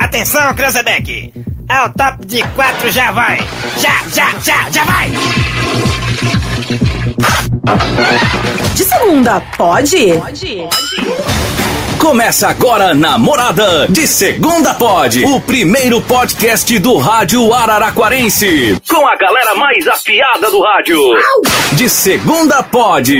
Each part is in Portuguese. Atenção, Cranzebeck! Ao top de quatro já vai! Já, já, já, já vai! De segunda, pode? Começa agora na Morada de Segunda Pod, o primeiro podcast do rádio araraquarense. Com a galera mais afiada do rádio. De Segunda Pod.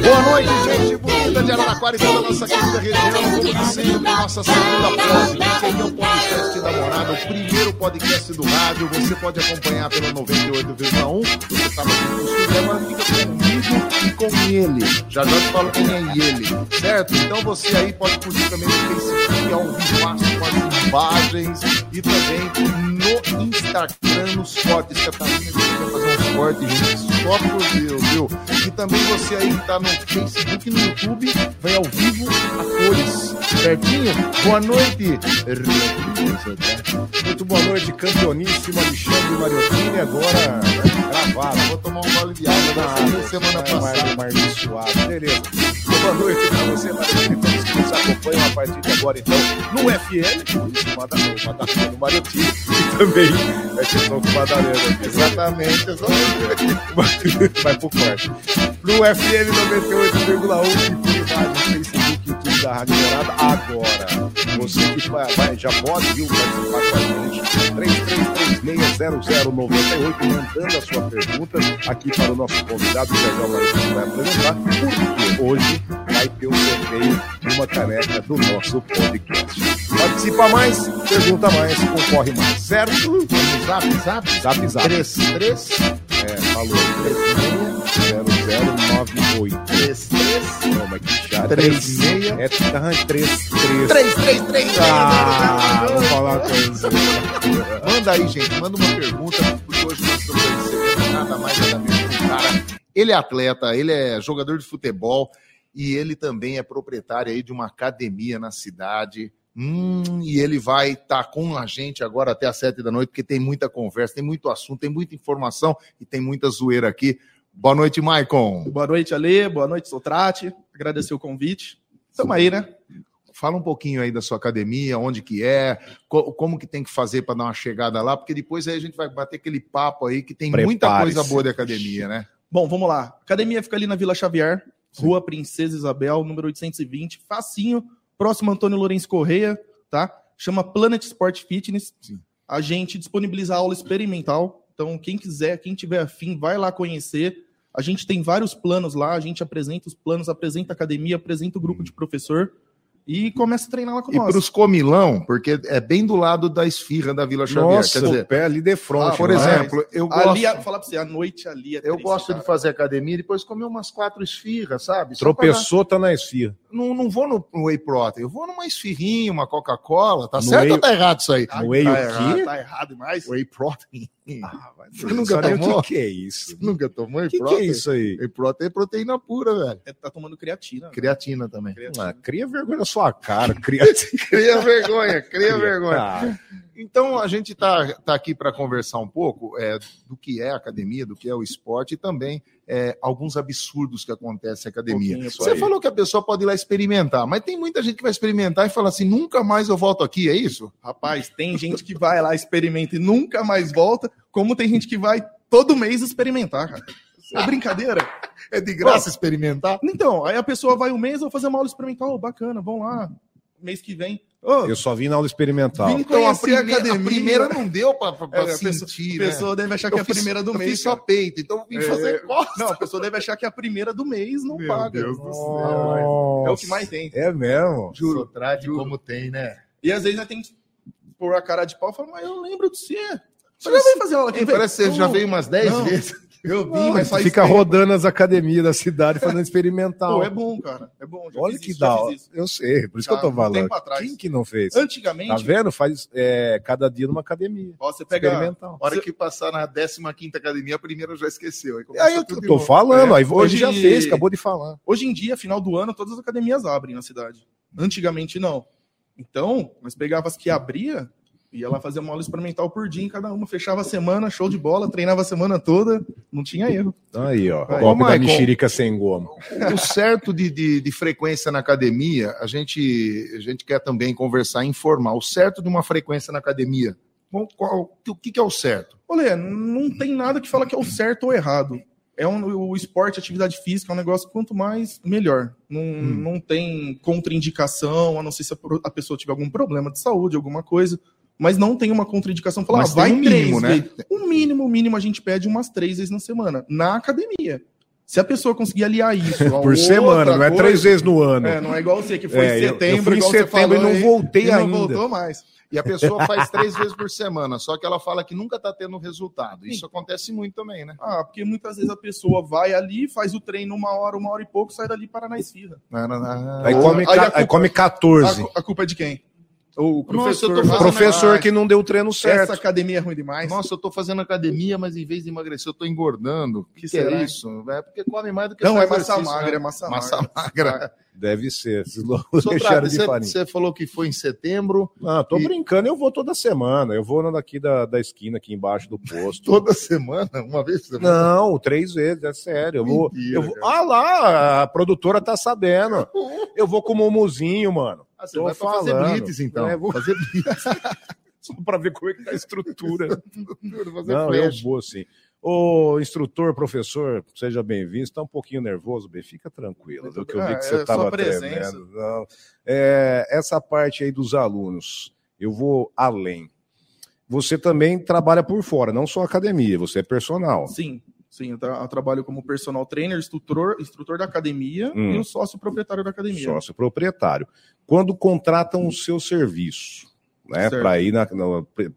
Boa noite, gente bonita de Araraquara e toda a nossa querida região. Como de sempre, nossa segunda pose. Esse aqui é o podcast da Morada, o primeiro podcast do rádio. Você pode acompanhar pelo 98,1. Você sabe que o programa fica comigo e com ele. Já já te falo quem é ele, certo? Então você aí pode curtir também no Facebook, ao vivo, com as imagens e também no Instagram, nos cortes. Catarina, você quer fazer um corte, gente? Só por Deus, viu? E também você aí que tá no Facebook e no YouTube, vai ao vivo a cores, certinho? Boa noite! né? Muito boa noite, campeoníssimo Alexandre Mariotini. Agora né, gravado. Vou tomar um gole de água Ah, da semana né, passada. Mar- Marcos Suave. Beleza. Boa noite pra você, Mariotini. Todos que nos acompanham a partir de agora, então, no FM, o Madalena, o Madalena, o Mariotini. E também é questão com o Madalena. aqui. Exatamente, exatamente. Vai pro corte. Pro FM 98,1 e por imagem, Facebook, YouTube da Rádio Morada, agora. Você que vai, vai- já pode viu, participar com a gente. 33360098, mandando a sua pergunta aqui para o nosso convidado, que já já o Larissa vai apresentar, porque hoje vai ter o sorteio de uma caneca do nosso podcast. Participa mais, pergunta mais, concorre mais, certo? Zap, zap, Zap, zap. 33 É, falou. 0098. 33 Não, mas que chato. Três, Três, meia. É tá, três, três. 333 Ah, vou falar com isso. Manda aí, gente, manda uma pergunta, porque hoje nós estamos recebendo nada mais nada menos que um cara. Ele é atleta, ele é jogador de futebol e ele também é proprietário aí de uma academia na cidade. Hum, e ele vai estar com a gente agora até às sete da noite, porque tem muita conversa, tem muito assunto, tem muita informação e tem muita zoeira aqui. Boa noite, Maicon. Boa noite, Ale. Boa noite, Sotrate. Agradecer o convite. Tamo aí, né? Fala um pouquinho aí da sua academia, onde que é, co- como que tem que fazer para dar uma chegada lá, porque depois aí a gente vai bater aquele papo aí que tem muita Prepare-se. coisa boa de academia, né? Bom, vamos lá. Academia fica ali na Vila Xavier, Rua Princesa Isabel, número 820, facinho, próximo a Antônio Lourenço Correia, tá? Chama Planet Sport Fitness. Sim. A gente disponibiliza aula experimental. Então, quem quiser, quem tiver afim, vai lá conhecer. A gente tem vários planos lá, a gente apresenta os planos, apresenta a academia, apresenta o grupo de professor e começa a treinar lá com E nós. para os comilão, porque é bem do lado da esfirra da Vila Xavier. Nossa, Quer o dizer, ah, pé ali de frente. por né? exemplo, eu gosto, Ali, vou falar pra você, a noite ali é eu triste, gosto cara. de fazer academia e depois comer umas quatro esfirras, sabe? Só Tropeçou, tá na esfia. pra dar- Não, não vou no whey protein, eu vou numa esfirrinha, uma Coca-Cola, tá No certo whey- ou tá errado isso aí? no whey tá o quê? errado. Tá errado demais. Whey protein. Você Não nunca sabe nem tomou? O que, que é isso? Nunca tomou O whey que, que é protein? isso aí? Whey protein é proteína pura, velho. É, Tá tomando creatina. Creatina também. Ah, cria vergonha na sua cara. Cria, assim, Cria vergonha, cria vergonha. tá. vergonha. Então, a gente está tá aqui para conversar um pouco é, do que é a academia, do que é o esporte e também é, alguns absurdos que acontecem na academia. Pouquinho, isso Você aí. falou que a pessoa pode ir lá experimentar, mas tem muita gente que vai experimentar e fala assim: nunca mais eu volto aqui, é isso? Rapaz, tem gente que vai lá, experimenta e nunca mais volta, como tem gente que vai todo mês experimentar, cara. Isso É brincadeira? É de graça experimentar? Então, aí a pessoa vai um mês, vou fazer uma aula experimental, oh, bacana, vamos lá. Mês que vem. Ô, Eu só vim na aula experimental. Vim Então, a, conhecer a prime- a academia. primeira não deu para É, a pessoa- sentir. a né? pessoa deve achar Eu que é a fiz- primeira do eu mês. Fiz só cara. peito, então eu vim É, fazer costa. Não, a pessoa deve achar que é a primeira do mês, não Meu paga. Deus do céu. É o que mais tem. É mesmo. Juro, trade como tem, né? E às vezes né, tem que pôr a cara de pau e falar, mas eu lembro de você. Você já veio fazer aula aqui? Parece que você já Não, veio umas 10 Não. vezes. Eu vim, mas faz Fica tempo. rodando as academias da cidade fazendo experimental. Pô, é bom, cara. É bom. Já Olha fiz que isso, da já fiz hora. isso. Eu sei, por isso Tá, que eu tô um falando. tempo atrás. Quem que não fez? Antigamente, Tá vendo? Faz é, cada dia numa academia. ó, você pega. experimental. A hora que passar na 15 academia, a primeira já esqueceu. Aí, começa Aí eu tudo de tô novo. falando, aí hoje É, hoje- já fez, acabou de falar. Hoje em dia, final do ano, todas as academias abrem na cidade. Antigamente, não. Então, nós pegava as que abria Ia lá fazer uma aula experimental por dia em cada uma. Fechava a semana, show de bola, treinava a semana toda, não tinha erro. Então Aí, ó. Vai. Golpe Ô, da Michael. mexerica sem goma. O certo de, de, de frequência na academia, a gente, a gente quer também conversar e informar. O certo de uma frequência na academia, qual- qual- o que, que é o certo? Olê, não tem nada que fala que é o certo ou errado. É um, o esporte, atividade física, é um negócio que quanto mais, melhor. Não, Hum. não tem contraindicação, a não ser se a, pro- a pessoa tiver algum problema de saúde, alguma coisa. Mas não tem uma contraindicação. Falar, Mas tem ah, vai um mínimo, três né? vezes. O mínimo, o mínimo, a gente pede umas três vezes na semana, na academia. Se a pessoa conseguir aliar isso... a Por outra semana, não é coisa- três vezes no ano. É, não é igual você, que foi É, em eu- eu setembro, fui em igual setembro você falou, e não voltei e não ainda. voltou mais. E a pessoa faz três vezes por semana, só que ela fala que nunca está tendo resultado. Isso acontece muito também, né? Ah, porque muitas vezes a pessoa vai ali, faz o treino uma hora, uma hora e pouco, sai dali para na esfirra. Aí, Ah, come, aí ca- a aí, culpa- come A, 14. cu- a culpa é de quem? Ah, O Nossa, eu professor. tô lá, falando- Professor "Ai, que não deu o treino certo. Ah, Essa academia é ruim demais. Nossa, eu tô fazendo academia, mas em vez de emagrecer, eu tô engordando. O que, que será, é hein? isso? É porque come mais do que não, faz é massa exercício, magra, né? é massa, Massa magra. magra. Deve ser. Esses Só loucos pra- deixaram Ah, de você- farinha. você falou que foi em setembro. Ah, tô E- brincando, eu vou toda semana. Eu vou daqui da, da esquina, aqui embaixo do posto. Toda semana? Uma vez por semana? Não, três vezes, é sério. Eu vou, Mentira, eu vou- Ah lá, a produtora tá sabendo. Eu vou com o Mumuzinho, mano. Ah, você Tô vai pra fazer falando. blitz, então. É, vou- Fazer blitz. Só pra ver como é que tá a estrutura. fazer Não, eu flash. vou sim. Ô, instrutor, professor, seja bem-vindo. Tá um pouquinho nervoso, bem? Fica tranquilo, viu? Que eu vi Ah, que é você só tava presença. tremendo. Não. É, essa parte aí dos alunos, eu vou além. Você também trabalha por fora, não só academia, você é personal. Sim, sim. Eu, tra- eu trabalho como personal trainer, instrutor, instrutor da academia Hum. e o sócio proprietário da academia. sócio proprietário. Quando contratam o seu serviço, né, Certo. para ir na, na- pre-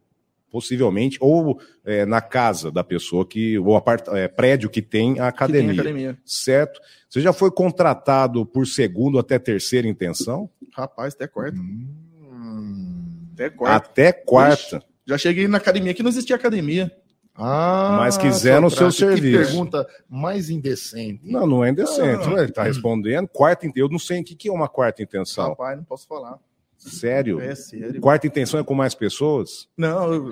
possivelmente ou é, na casa da pessoa que ou apart, é, prédio que tem a que tem academia, certo? Você já foi contratado por segundo até terceira intenção, Rapaz, até quarta. Hum. Até quarta. até quarta. Já cheguei na academia que não existia academia. Ah, Mas quiseram o seu Socrates, serviço. Que pergunta mais indecente. Não, não é indecente. Ah. ué, Ele tá respondendo. Quarta, in- eu não sei o que, que é uma quarta intenção. Rapaz, não posso falar. Sério? É sério. Quarta intenção é com mais pessoas? Não, eu...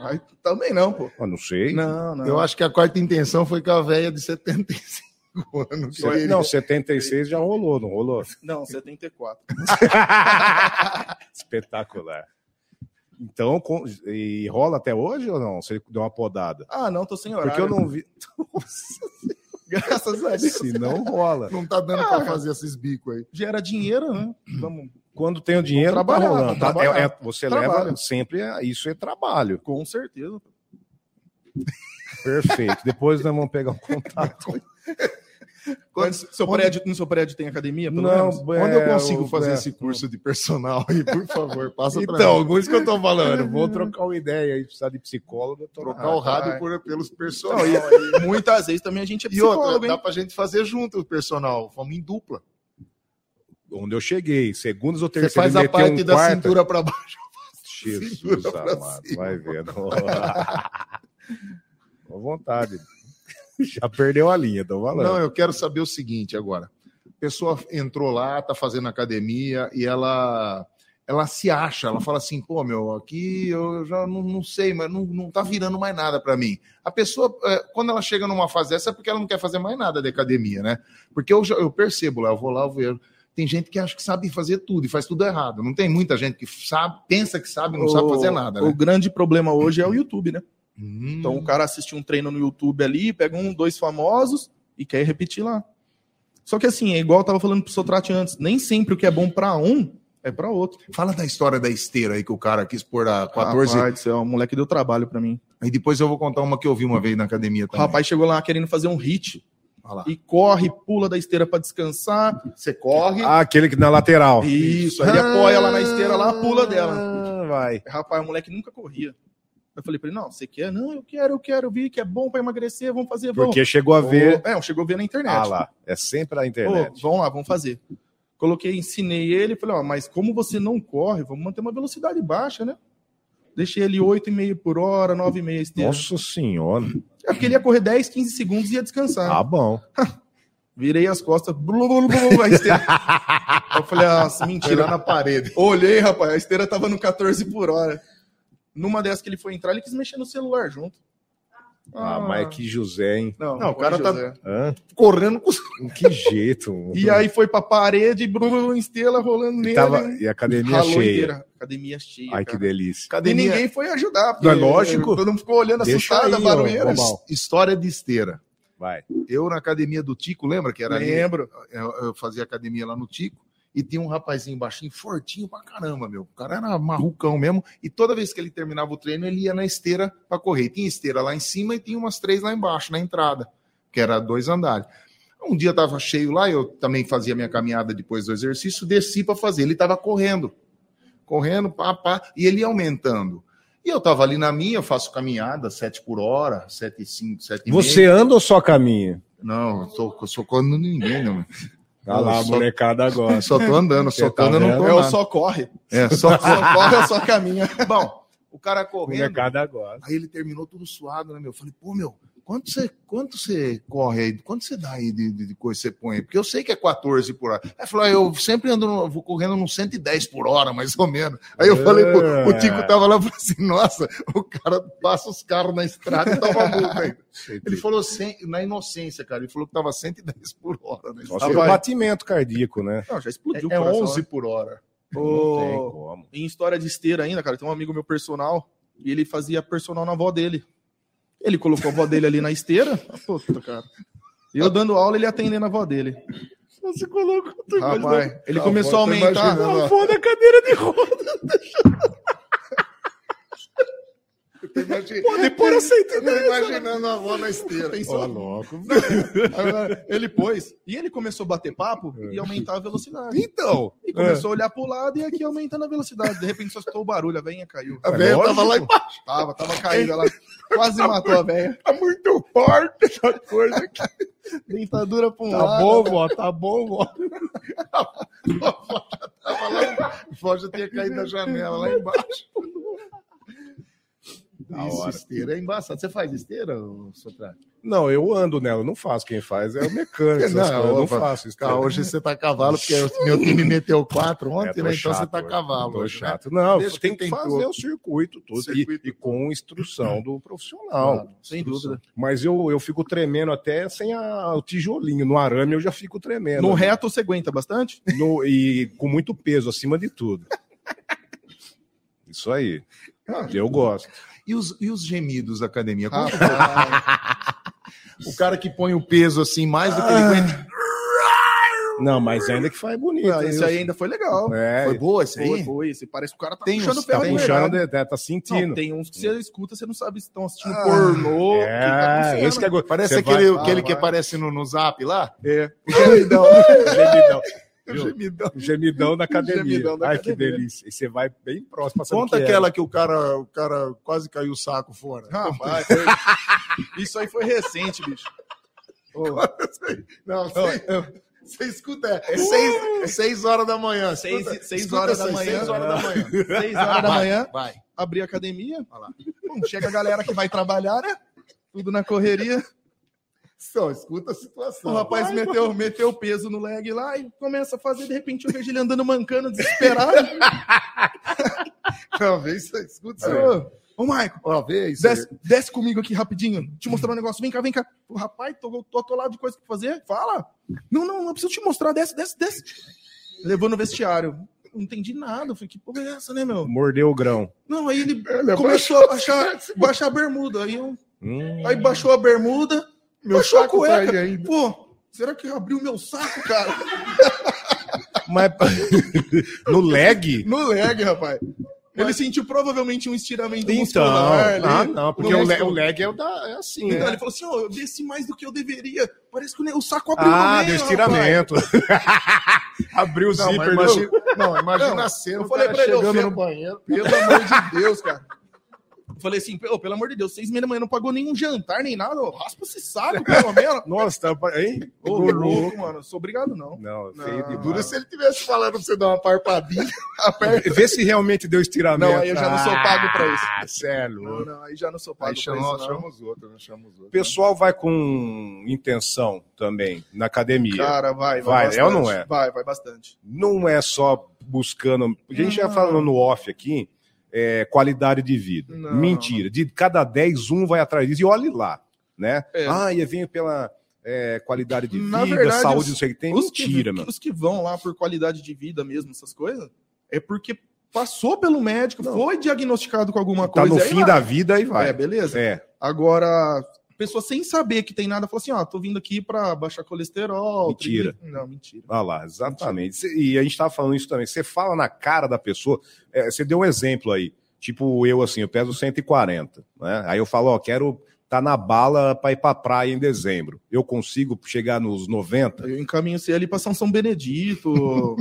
Ai, também não, pô. Eu não sei. Não, não. Eu acho que a quarta intenção foi com a velha de 75 anos. Você- é. não, 76 já rolou, não rolou? Não, 74. Espetacular. Então, com- e rola até hoje ou não? Você deu uma podada? Ah, não, tô sem horário. Porque eu não vi. Graças a Deus. Se não rola. Não tá dando Ah. pra fazer esses bicos aí. Gera dinheiro, né? Vamos. Quando tem o dinheiro, tá Trabalhar, rolando. Tá- trabalhar. é- é- você Trabalho. leva sempre. a- Isso é trabalho. Com certeza. Perfeito. Depois nós vamos pegar um contato. Mas seu prédio, no seu prédio tem academia? Pelo Não, menos? é, Quando eu consigo né? o- fazer é. esse curso de personal aí, por favor, passa pra Então, mim. por isso que eu tô falando. Vou trocar uma ideia aí. Precisar de psicólogo. eu tô Ah, na Trocar área. o rádio vai. por- pelos Não, personagens. e, e muitas vezes também a gente é E outra, psicólogo, dá hein? pra gente fazer junto o personal. Vamos em dupla. Onde eu cheguei. Segundas ou Você terceiras. faz a meteu parte um da quarta. cintura pra baixo. Jesus Segura pra amado, cima. vai vendo. Com vontade. Já perdeu a linha, tô falando. Não, eu quero saber o seguinte agora. A pessoa entrou lá, tá fazendo academia e ela ela se acha, ela fala assim, pô, meu, aqui eu já não, não sei, mas não, não tá virando mais nada pra mim. A pessoa, eh, quando ela chega numa fase dessa, é porque ela não quer fazer mais nada de academia, né? Porque eu, já- eu percebo lá, eu vou lá, eu vejo. Tem gente que acha que sabe fazer tudo e faz tudo errado. Não tem muita gente que sabe, pensa que sabe, não sabe fazer nada, O né? grande problema hoje é o YouTube, né? Hum. Então o cara assiste um treino no YouTube ali, pega um, dois famosos e quer repetir lá. Só que assim, é igual eu tava falando pro Sotrate antes, nem sempre o que é bom pra um é pra outro. Fala da história da esteira aí que o cara quis pôr a 14. Rapaz, do céu, o moleque deu trabalho pra mim. E depois eu vou contar uma que eu vi uma vez na academia O também. rapaz chegou lá querendo fazer um hit Olha lá. e corre, pula da esteira pra descansar, Você corre. Ah, aquele que na lateral. Isso, aí ele apoia lá na esteira, lá pula dela. Ah, tá Vai. Rapaz, o moleque nunca corria. Eu falei pra ele, não, você quer? Não, eu quero, eu quero, eu vi que é bom pra emagrecer, vamos fazer, vamos. Porque chegou a ver. Ô, É, chegou a ver na internet. Ah lá, é sempre na Ô, internet. vamos lá, vamos fazer. Coloquei, ensinei ele, falei, ó, mas como você não corre, vamos manter uma velocidade baixa, né? Deixei ele 8,5 por hora, 9,5 esteira. Nossa senhora. É porque ele ia correr 10, 15 segundos e ia descansar. Ah, bom. Virei as costas, blu, blu, blu, blu, a esteira. eu falei, ah, mentira. na parede. Olhei, rapaz, a esteira tava no 14 por hora. Numa dessas que ele foi entrar, ele quis mexer no celular junto. Ah, mas que José, hein? Não, Não, o cara tá. Hã? Correndo com os. Que jeito. E aí foi pra parede, Bruno Estela rolando nele. E tava... e a academia cheia. Academia cheia. Ai, que cara. delícia. E Academia. ninguém foi ajudar. Não é lógico. Todo mundo ficou olhando Deixa assustado, aí, ó, barulheira. Bobal. História de esteira. Vai. Eu na academia do Tico, lembra que era ali? Lembro. Eu, eu fazia academia lá no Tico. E tinha um rapazinho baixinho, fortinho pra caramba, meu. O cara era marrucão mesmo. E toda vez que ele terminava o treino, ele ia na esteira pra correr. E tinha esteira lá em cima e tinha umas três lá embaixo, na entrada, que era dois andares. Um dia tava cheio lá, eu também fazia minha caminhada depois do exercício, desci pra fazer. Ele tava correndo, correndo, pá, pá, e ele ia aumentando. E eu tava ali na minha, eu faço caminhada, sete por hora, sete e cinco, sete e Você meia. anda ou só caminha? Não, eu tô, eu sou correndo ninguém, não. Tá lá, a Só- molecada agora. Só tô andando, Você só tá tô andando, não vendo? tô É o nada. só corre. É, só Só corre, é o só caminha. Bom, o cara A correndo, molecada agora. aí ele terminou tudo suado, né, meu? Eu falei, pô, meu, quanto você quanto você corre aí? Quanto você dá aí de, de- de coisa que você põe aí? Porque eu sei que é 14 por hora. Aí ele falou, ah, eu sempre ando, no- vou correndo num 110 por hora, mais ou menos. Aí eu falei, pô, o Tico tava lá e falei assim, nossa, o cara passa os carros na estrada e toma multa aí. Ele falou, cem- na inocência, cara, ele falou que tava 110 por hora. Né? Só Ah, se for vai. batimento cardíaco, né? Não, já explodiu É, é o coração, 11 né? por hora. Não tem Ô, como. Em história de esteira ainda, cara, tem um amigo meu personal e ele fazia personal na avó dele. Ele colocou a avó dele ali na esteira. Ah, Puta, cara. E eu dando aula, ele atendendo a avó dele. Você colocou né? Rapaz, ele começou tá a aumentar. foda a cadeira de roda. Imagina- Depois assim. aceita. Eu tô imaginando a avó na esteira. Ó, Tá louco. Agora, ele pôs. E ele começou a bater papo e aumentar a velocidade. É. Então. E É. começou a olhar pro lado e aqui aumentando a velocidade. De repente só escutou o barulho, a venha caiu. A velha lógico. tava lá embaixo. Tava, tava caída lá. Quase matou a velha. Tá muito forte essa coisa aqui. Dentadura pra um Tá lado. bom, vó, tá bom, vó. Tava lá embaixo. já tinha caído da janela lá embaixo. Da Isso, hora. esteira é embaçado. Você faz esteira, ô, Sotrate? Não, eu ando nela, eu não faço. Quem faz é o mecânico. essas Não, coisas, eu não opa. faço isso. Cara, hoje você tá a cavalo, porque o meu time meteu quatro É, ontem, tô né? Então você chato tá a hoje, cavalo. Tô hoje, né? chato. Não, Desde tem que que tentou. fazer o circuito todo. e- Circuito. E, com instrução do profissional. Sem dúvida. Mas eu, eu fico tremendo até sem a- o tijolinho. No arame eu já fico tremendo. No reto você aguenta bastante? No- e com muito peso, acima de tudo. Isso aí. Eu gosto. E os, e os gemidos da academia? Como- Rapaz, O cara que põe o peso assim mais do que ele aguenta. Não, mas ainda que faz bonito. não, esse isso aí ainda foi legal. É, Foi boa esse Foi, aí? foi. Esse parece que o cara tá Tem puxando uns- ferro tá de puxando, verdade. é, tá, tá sentindo. Não, tem uns que Hum. você escuta, você não sabe se estão assistindo Ah, pornô. o que tá É, acontecendo. esse que é go- Parece Você aquele, vai- É. aquele Ah, que vai. aparece no, no zap lá. Gemidão. gemidão. Viu? Gemidão. Gemidão na academia. Gemidão da Ai, academia. que delícia. E você vai bem próximo. passando Conta que é. aquela que o cara, o cara quase caiu o saco fora. Rapaz, Ah, foi- isso aí foi recente, bicho. Ô, Não, você, você escuta. É seis, é seis horas da manhã. Seis- Escuta- seis escuta horas da essas manhã. Seis horas da manhã. Seis horas da Vai, manhã, Vai. abri a academia. Bom, chega a galera que vai trabalhar, né? Tudo na correria. Só escuta a situação. O rapaz meteu, meteu peso no leg lá e começa a fazer. De repente eu vejo ele andando mancando, desesperado. Não, vê isso aí, escuta isso. aí. Ô, Ô, Maico, Ó, vê isso. aí. É. desce, desce comigo aqui rapidinho. Te mostrar um negócio. Vem cá, vem cá. O rapaz, tô, tô atolado de coisa pra fazer. Fala. Não, não, não preciso te mostrar. Desce, desce, desce. Levou no vestiário. Não entendi nada. Eu Falei, que porra é essa, né, meu? Mordeu o grão. Não, aí ele começou a baixar, baixar a bermuda. Aí, eu- Hum. aí baixou a bermuda, meu a saco tá cueca. aí ainda. Pô, será que abriu meu saco, cara? Mas no leg? No leg, rapaz. Ele sentiu provavelmente um estiramento Então, muscular. ali. ah, não, porque No o, le- músculo. o leg é, o da, é assim. Então, né? ele falou assim, ó, eu desci mais do que eu deveria. Parece que o ne- o saco abriu Ah, no deu meio, estiramento. Abriu o Não, mas zíper. imagina, do- não, imagina Não, a cena. eu o falei cara pra ele, chegando eu no vi- banheiro. Pelo amor de Deus, cara. Eu falei assim, "Pô, pelo amor de Deus, seis e meia da manhã não pagou nenhum jantar, nem nada. ó, Raspa esse saco, pelo menos. Nossa, tá... pa- hein? Ô, Ficou louco, mano. Sou obrigado, não. Não, Não, feio de Dura dura. se ele tivesse falando pra você dar uma parpadinha. Vê se realmente deu estiramento. Não, aí eu já não sou pago pra isso. Ah, sério. Não, não, aí já não sou pago Aí pra chama, isso, não. chama os outros, né? Chama os O outros. pessoal vai com intenção também na academia. Cara, vai, Vai, vai. bastante. é ou não é? Vai, vai bastante. Não é só buscando. A gente já falando no off aqui é, qualidade de vida. Não. Mentira. De cada 10, um vai atrás disso. E olhe lá, né? É. Ah, e vem pela é, qualidade de Na vida, verdade, saúde, os- não sei o que tem. Os que- Mentira, que, mano. Os que vão lá por qualidade de vida mesmo, essas coisas, é porque passou pelo médico, foi diagnosticado com alguma Tá coisa. no aí fim vai. da vida e vai. É, beleza. É. Agora, pessoa sem saber que tem nada, fala assim, ó, tô vindo aqui pra baixar colesterol. Mentira. trigli- Não, mentira. Ah lá, exatamente. Cê- E a gente tava falando isso também. Você fala na cara da pessoa. é, Você deu um exemplo aí. Tipo, eu assim, eu peso 140, né? Aí eu falo, ó, quero tá na bala pra ir pra praia em dezembro. Eu consigo chegar nos 90? Eu encaminho você ali pra São São Benedito,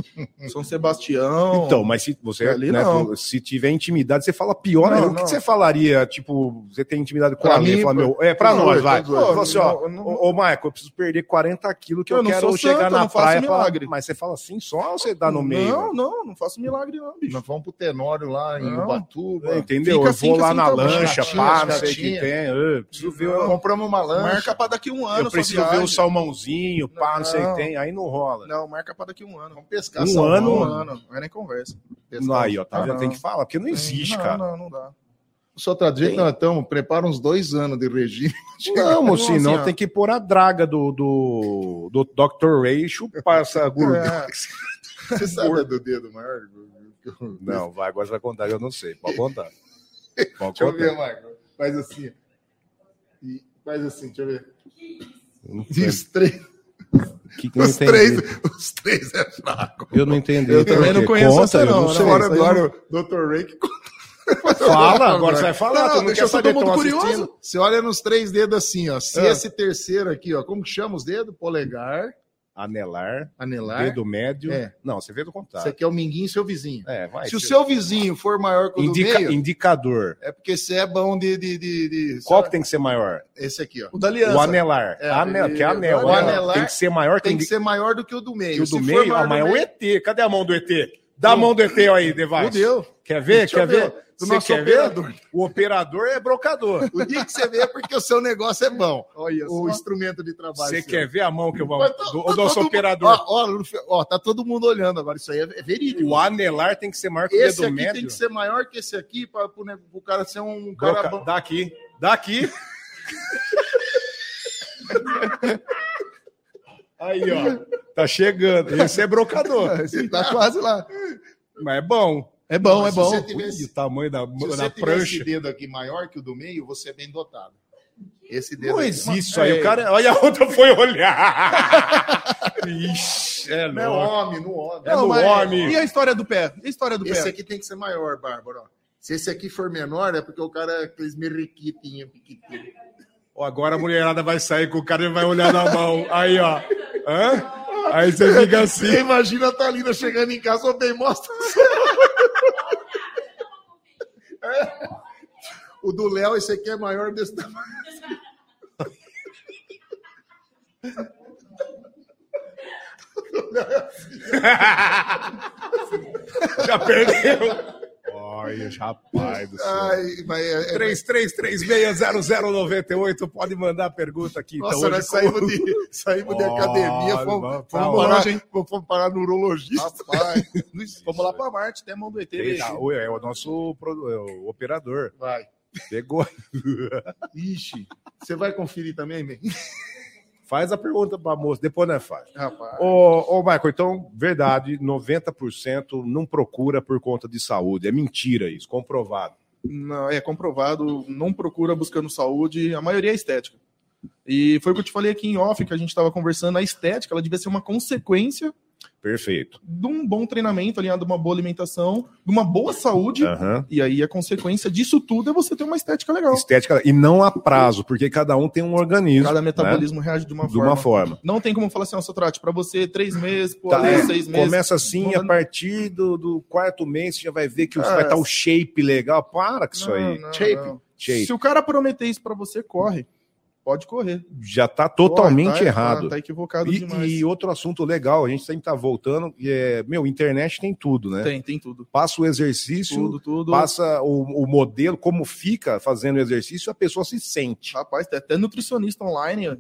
São Sebastião. Então, mas se você Ali né, não. se tiver intimidade, você fala pior. Não, ainda. O não. que você falaria? Tipo, você tem intimidade com Pra a Lê? mim, Fala, meu, é pra Não, nós, eu vai. tô zoando. Fala assim, ó, Não, eu não- ô, ô, Maico, eu preciso perder 40 quilos que eu, Eu não quero sou chegar santo, eu na não faço praia. e falar- milagre. mas você fala assim só ou você dá no meio? Não, não, não faço milagre não, bicho. Nós vamos pro Tenório lá em Não. É, Ubatuba. Entendeu? Fica eu assim vou que lá assim na tá bom. lancha, Chatinha, pá, não sei o que chatinha. tem. Eu preciso ver, Nós eu, Compramos uma lancha. Marca pra daqui um ano. eu sua preciso ver viagem. o salmãozinho, pá, não, sei o Não. que tem. Aí não rola. Não, marca pra daqui um ano. Vamos pescar Um salmão. ano? Um ano, não é nem conversa. aí, ó, tá Ah, vendo? não. Tem que falar, porque não existe, não, cara. Não, não dá. Só outro dia que nós estamos, prepara uns dois anos de regime. Não, mocinho, assim, não ó. tem que pôr a draga do, do, do Dr. Ray e chupar essa gordura. É, Você sabe do dedo maior? Não, vai, agora você vai contar, eu não sei. Pode contar. Pode Deixa eu ver, contar. Marco. Faz assim. E faz assim, deixa eu ver. Eu não sei. Diz três. Que que eu não Os entendi. três, os três é fraco. Eu não entendi. Eu também não Conta, conheço eu essa não, né? sei. Agora, isso aí agora, o Dr. Ray que Fala, agora você vai falar. Não, tu não deixa quer todo saber, mundo tão curioso. assistindo. Você olha nos três dedos assim, ó. Se Ah. esse terceiro aqui, ó, como que chama os dedos? Polegar, Anelar, anelar. dedo médio. É. Não, você vê do Esse contrário. aqui é o minguinho e seu vizinho. É, vai. Se o tio. seu vizinho for maior que o Indica- do meio, Indicador. é porque você é bom de. de, de, de- Qual que tem que ser maior? Esse aqui, ó. o da aliança. O anelar. É, anel, ele- que é anel. o né? anelar tem que ser maior Tem que que ser maior do que o do meio. que o Se do for meio. maior Ah, do mas é o meio- ET. Cadê a mão do ET? Dá a mão do ET aí, Devais. Fudeu. Quer ver? Deixa eu Quer ver? ver, do Você nosso quer operador. ver? O operador é brocador. O dia que você vê é porque o seu negócio é bom. Olha O só. instrumento de trabalho. é Você seu. quer ver a mão que eu vou... Mas tá- Do, tá o nosso todo- operador. Ó, ó, Lufe- ó, tá todo mundo olhando agora. Isso aí é é verídico. O anelar tem que ser maior que o Esse dedo aqui tem médio. que ser maior que esse aqui para o cara ser um cara Broca... bom. Daqui. Daqui. Aí, ó. Tá chegando. Esse é brocador. Você tá quase lá. Mas é bom. É bom, é Se bom. você tivesse- Ui, o tamanho da, Se da você tiver esse prancha. dedo aqui maior que o do meio, você é bem dotado. Esse dedo Não aqui- é existe isso aí. O cara. Olha, a outra foi olhar. Ixi, é Não é louco. homem, no homem. É Não, no mas- homem. é. E a história do pé? E a história do Esse pé? aqui tem que ser maior, Bárbara. ó. Se esse aqui for menor, é porque o cara é aqueles merrequitinho, piquitinho. Ó, Agora a mulherada vai sair com o cara e vai olhar na mão. Aí, ó. Hã? Aí você fica assim. imagina a Thalina chegando em casa, ô bem, mostra. É. O do Léo, esse aqui é maior desse tamanho. Já perdeu. Olha, rapaz do céu. Ai, mas é, é- 33360098, pode mandar pergunta aqui. Nossa, então, nós hoje, como- saímos de, saímos de Olha, academia, vamos fomos, pra fomos, parar, fomos parar no urologista. Rapaz, não existe. vamos lá pra Marte, tem a mão do ET. Eita, bicho. oi, é o nosso produ- é o operador. Vai. Pegou. Ixi, você vai conferir também, man? Faz a pergunta pra moça, depois não é fácil. Rapaz. Ô, ô, Michael, então, verdade, 90% não procura por conta de saúde. É mentira isso, comprovado. Não, é comprovado, não procura buscando saúde, a maioria é estética. E foi o que eu te falei aqui em off, que a gente estava conversando, a estética, ela devia ser uma consequência Perfeito. de um bom treinamento, alinhado a uma boa alimentação, de uma boa saúde, Aham. e aí a consequência disso tudo é você ter uma estética legal. Estética, e não há prazo, porque cada um tem um organismo. Cada né? metabolismo reage de uma De forma. uma forma. Não tem como falar assim, ó, Sotrate, pra você três meses, pô, Tá, ali, é, seis meses. começa assim, Manda- a partir do, do quarto mês, você já vai ver que Ah, vai estar o shape legal. Para com isso Não, aí. não, Shape. não. Shape. Se o cara prometer isso pra você, corre. Pode correr. Já está totalmente Corre, tá- errado. Tá, tá equivocado demais. E, e outro assunto legal, a gente sempre tá voltando, e é, meu, internet tem tudo, né? Tem, tem tudo. Passa o exercício, Tudo, tudo. passa o, o modelo, como fica fazendo o exercício, a pessoa se sente. Rapaz, tem até nutricionista online. ó. O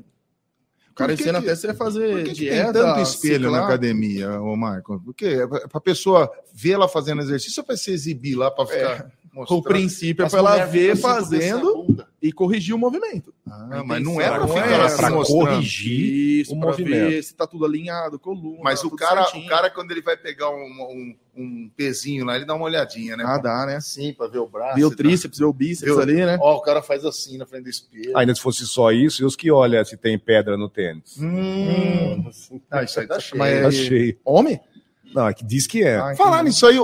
cara Por que ensina que- até você fazer Por que, que dieta. tem tanto espelho né, ciclar? na academia, ô Marco? Porque é pra pra pessoa ver ela fazendo exercício ou pra se exibir lá pra ficar. o princípio é pra ela ver fazendo e corrigir o movimento. Ah, mas não Ela era pra não ficar é lá se pra mostrando. corrigir. Isso, o pra movimento. ver se tá tudo alinhado, coluna. Mas tá o tudo cara, o certinho. cara, quando ele vai pegar um, um, um pezinho lá, ele dá uma olhadinha, né? Ah, dá, né? Assim, pra ver o braço. Vê e o tal. tríceps, vê o bíceps Viu? ali, né? Ó, o cara faz assim na frente do espelho. Ainda se fosse só isso, e os que olham se tem pedra no tênis. Hum. Ah, isso aí tá cheio. Mas- é Tá cheio. Homem? Não, é que diz que é. Ah, Falar nisso aí, ô,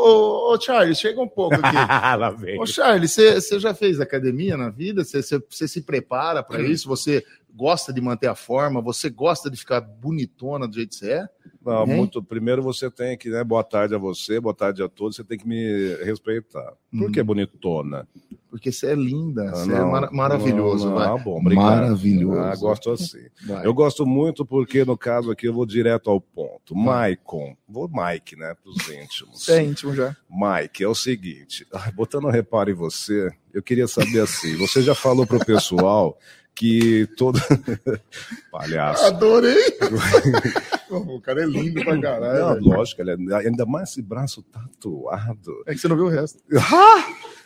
ô Charles, chega um pouco aqui. Lá vem. Ô, Charles, você você já fez academia na vida? Você- Você você se prepara pra isso? Você gosta de manter a forma? Você gosta de ficar bonitona do jeito que você é? Não, Hein? muito, primeiro você tem que, né? Boa tarde a você, boa tarde a todos. Você tem que me respeitar. Por que bonitona? Porque você é linda, Ah, você Hum. é não, mara- maravilhoso. não, não, vai. Ah, bom, obrigado. Maravilhoso. Ah, gosto assim. Vai. Eu gosto muito porque, no caso aqui, eu vou direto ao ponto. Maicon, vou Mike, né? Pros íntimos. Isso é íntimo já. Mike, é o seguinte, ai, botando um reparo em você, eu queria saber assim, você já falou pro pessoal que todo... Palhaço. Adorei! o cara é lindo pra caralho. Não, velho. lógico, ele é- ainda mais esse braço tatuado. É que você não viu o resto.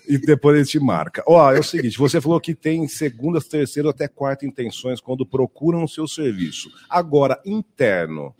E depois ele te marca. Ó, é o seguinte, você falou que tem segundas, terceiras até quarta intenções quando procuram o seu serviço. Agora, interno,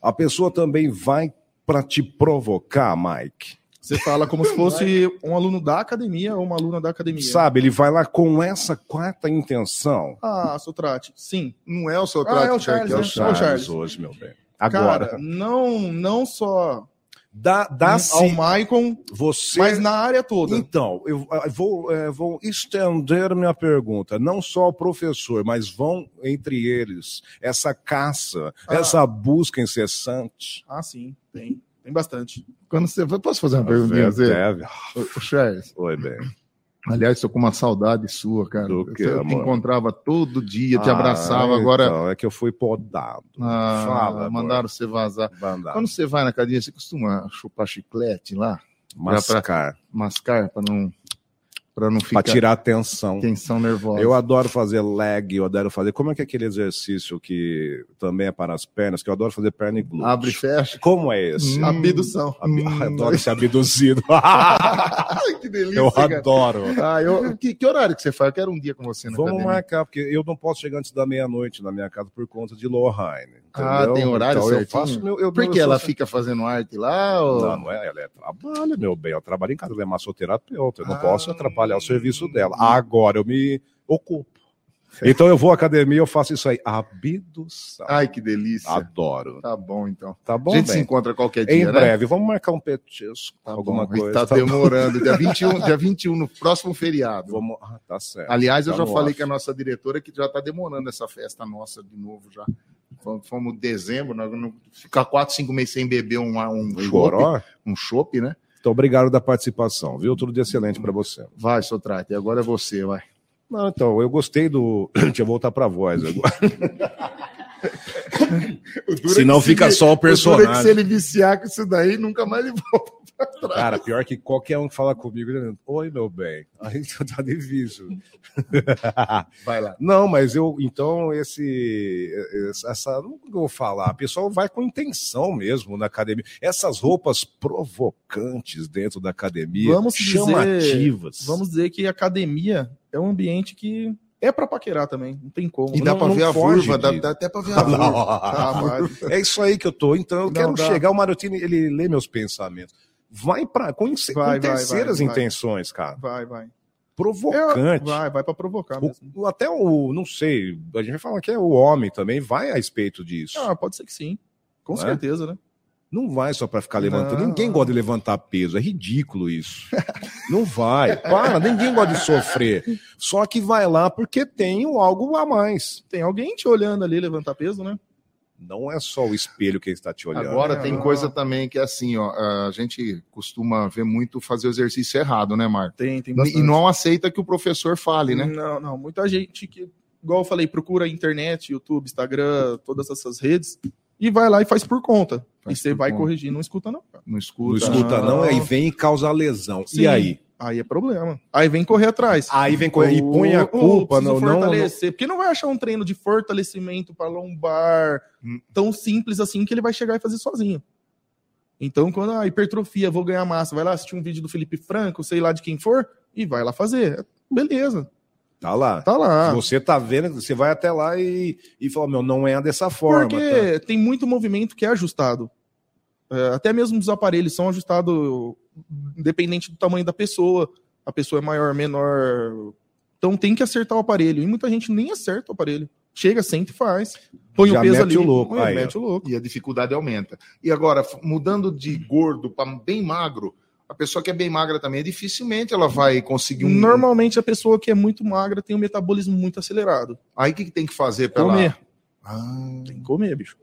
a pessoa também vai pra te provocar, Mike. Você fala como se fosse um aluno da academia ou uma aluna da academia. Sabe, ele vai lá com essa quarta intenção. Ah, Sotrate, sim. Não é o seu Ah, trato, é o Charles. Charles, É é o o né? Charles. Charles, Charles. hoje, meu bem. Agora, Cara, não, não só dá, dá ao sim. Maicon, Você. mas na área toda. Então, eu ah, vou, eh, vou estender minha pergunta, não só ao professor, mas vão entre eles essa caça, Ah. essa busca incessante. Ah, sim, tem. Tem bastante. Quando você... Posso fazer uma perguntinha? pra você? Deve. Ah, Ô, Charles, Oi, bem. aliás, tô com uma saudade sua, cara. Do que, eu te amor? encontrava todo dia, te Ah, abraçava. Agora Então, é que eu fui podado. ah, Fala, Tá. mandaram você vazar. Mandar. Quando você vai na academia, você costuma chupar chiclete lá? Mascar. Mascar pra não, pra não Pra ficar tirar a tensão. tensão nervosa. Eu adoro fazer leg, eu adoro fazer. Como é que é aquele exercício que também é para as pernas, que eu adoro fazer perna e glúteo? Abre e fecha. Como é esse? Hum. Abdução. Ab- Ah, eu adoro ser abduzido. Ai, que delícia, eu cara. adoro. Ah, eu, que, que horário que você faz? Eu quero um dia com você na Vamos academia. marcar, porque eu não posso chegar antes da meia-noite na minha casa por conta de Lohane. Ah, tem horário então, eu certinho? faço meu, eu, Por eu que sou- ela fica fazendo arte lá? Ou... Não, não é, ela é trabalho, meu bem. Ela trabalha em casa, ela é massoterapeuta. Eu não Ah. posso atrapalhar o serviço dela. Agora eu me ocupo. Então eu vou à academia, eu faço isso aí. Abdução. Ai, que delícia. Adoro. Tá bom, então. Tá Ah, bom, a gente se bem? encontra qualquer Em dia, né? breve, vamos marcar um petisco, Tá alguma bom, coisa. Tá, tá bom? demorando. Dia 21, dia 21, no próximo feriado. Vamos... Ah, tá certo. Aliás, eu Tá já no falei off. com a nossa diretora que já tá demorando essa festa nossa de novo já. Fomos- Fomos em dezembro, nós vamos ficar quatro, cinco meses sem beber um, um chopp, Choró? um chopp, né? Então, obrigado da participação, viu? Tudo de excelente para você. Vai, Sotrate, agora é você, vai. Não, então, eu gostei do. Deixa eu voltar pra voz agora. Senão fica só o O duro é personagem. que se ele viciar com isso daí, nunca mais ele volta. Cara, pior que qualquer um que fala comigo, ele, oi, meu bem. Aí já tá difícil. Vai lá. Não, mas eu. Então, esse. Essa. Não vou falar. O pessoal vai com intenção mesmo na academia. Essas roupas provocantes dentro da academia. Vamos dizer- chamativas. Vamos dizer que academia é um ambiente que é pra paquerar também. Não tem como. né? Ah, E dá Não- pra não ver a foge vulva, dá, disso. dá até pra ver a vulva. Rapaz, É isso aí que eu tô. Então, eu Não quero dá. chegar. O Marotini, ele lê meus pensamentos. Vai para com, ince- com Vai, vai, terceiras vai, vai. intenções, cara. Vai, vai. É, Provocante. vai, vai pra provocar O- mesmo. o- até o, não sei, a gente vai falar que é o homem também, vai a respeito disso. Ah, pode ser que sim. Com Não é? certeza, né? Não vai só pra ficar levantando. Não. Ninguém gosta de levantar peso, é ridículo isso. não vai, para, ninguém gosta de sofrer. Só que vai lá porque tem algo a mais. Tem alguém te olhando ali levantar peso, né? Não é só o espelho que está te olhando. Agora né? tem Não. coisa também que é assim, ó. A gente costuma ver muito fazer o exercício errado, né, Marco? Tem, tem E não aceita que o professor fale, né? Não, não. Muita gente que, igual eu falei, procura internet, YouTube, Instagram, todas essas redes, e vai lá e faz por conta. Faz e você por vai conta. corrigir, não escuta, não. cara. Não Não escuta. escuta, não, Não. aí vem e causa lesão. E Sim. aí? Aí é problema. Aí vem correr atrás. Aí vem co- e Ou- põe a ou culpa preciso no não, não. fortalecer. Porque não vai achar um treino de fortalecimento para lombar Hum. tão simples assim que ele vai chegar e fazer sozinho. Então, quando a hipertrofia, vou ganhar massa, vai lá assistir um vídeo do Felipe Franco, sei lá de quem for, e vai lá fazer. Beleza, Tá lá. tá lá. Se Você tá vendo, você vai até lá e, e fala, meu, não é dessa forma. tá? Porque tem muito movimento que é ajustado. É, até mesmo os aparelhos são ajustados dependente do tamanho da pessoa. A pessoa é maior, menor. Então tem que acertar o aparelho. E muita gente nem acerta o aparelho. Chega, senta e faz. Põe Já o peso mete ali. o louco. põe, Aí, mete o louco. E a dificuldade aumenta. E agora, f- mudando de gordo para bem magro, a pessoa que é bem magra também, dificilmente ela vai conseguir um. Normalmente a pessoa que é muito magra tem um metabolismo muito acelerado. Aí o que, que tem que fazer Tá para ela. Comer. Ah, Tem que comer, bicho.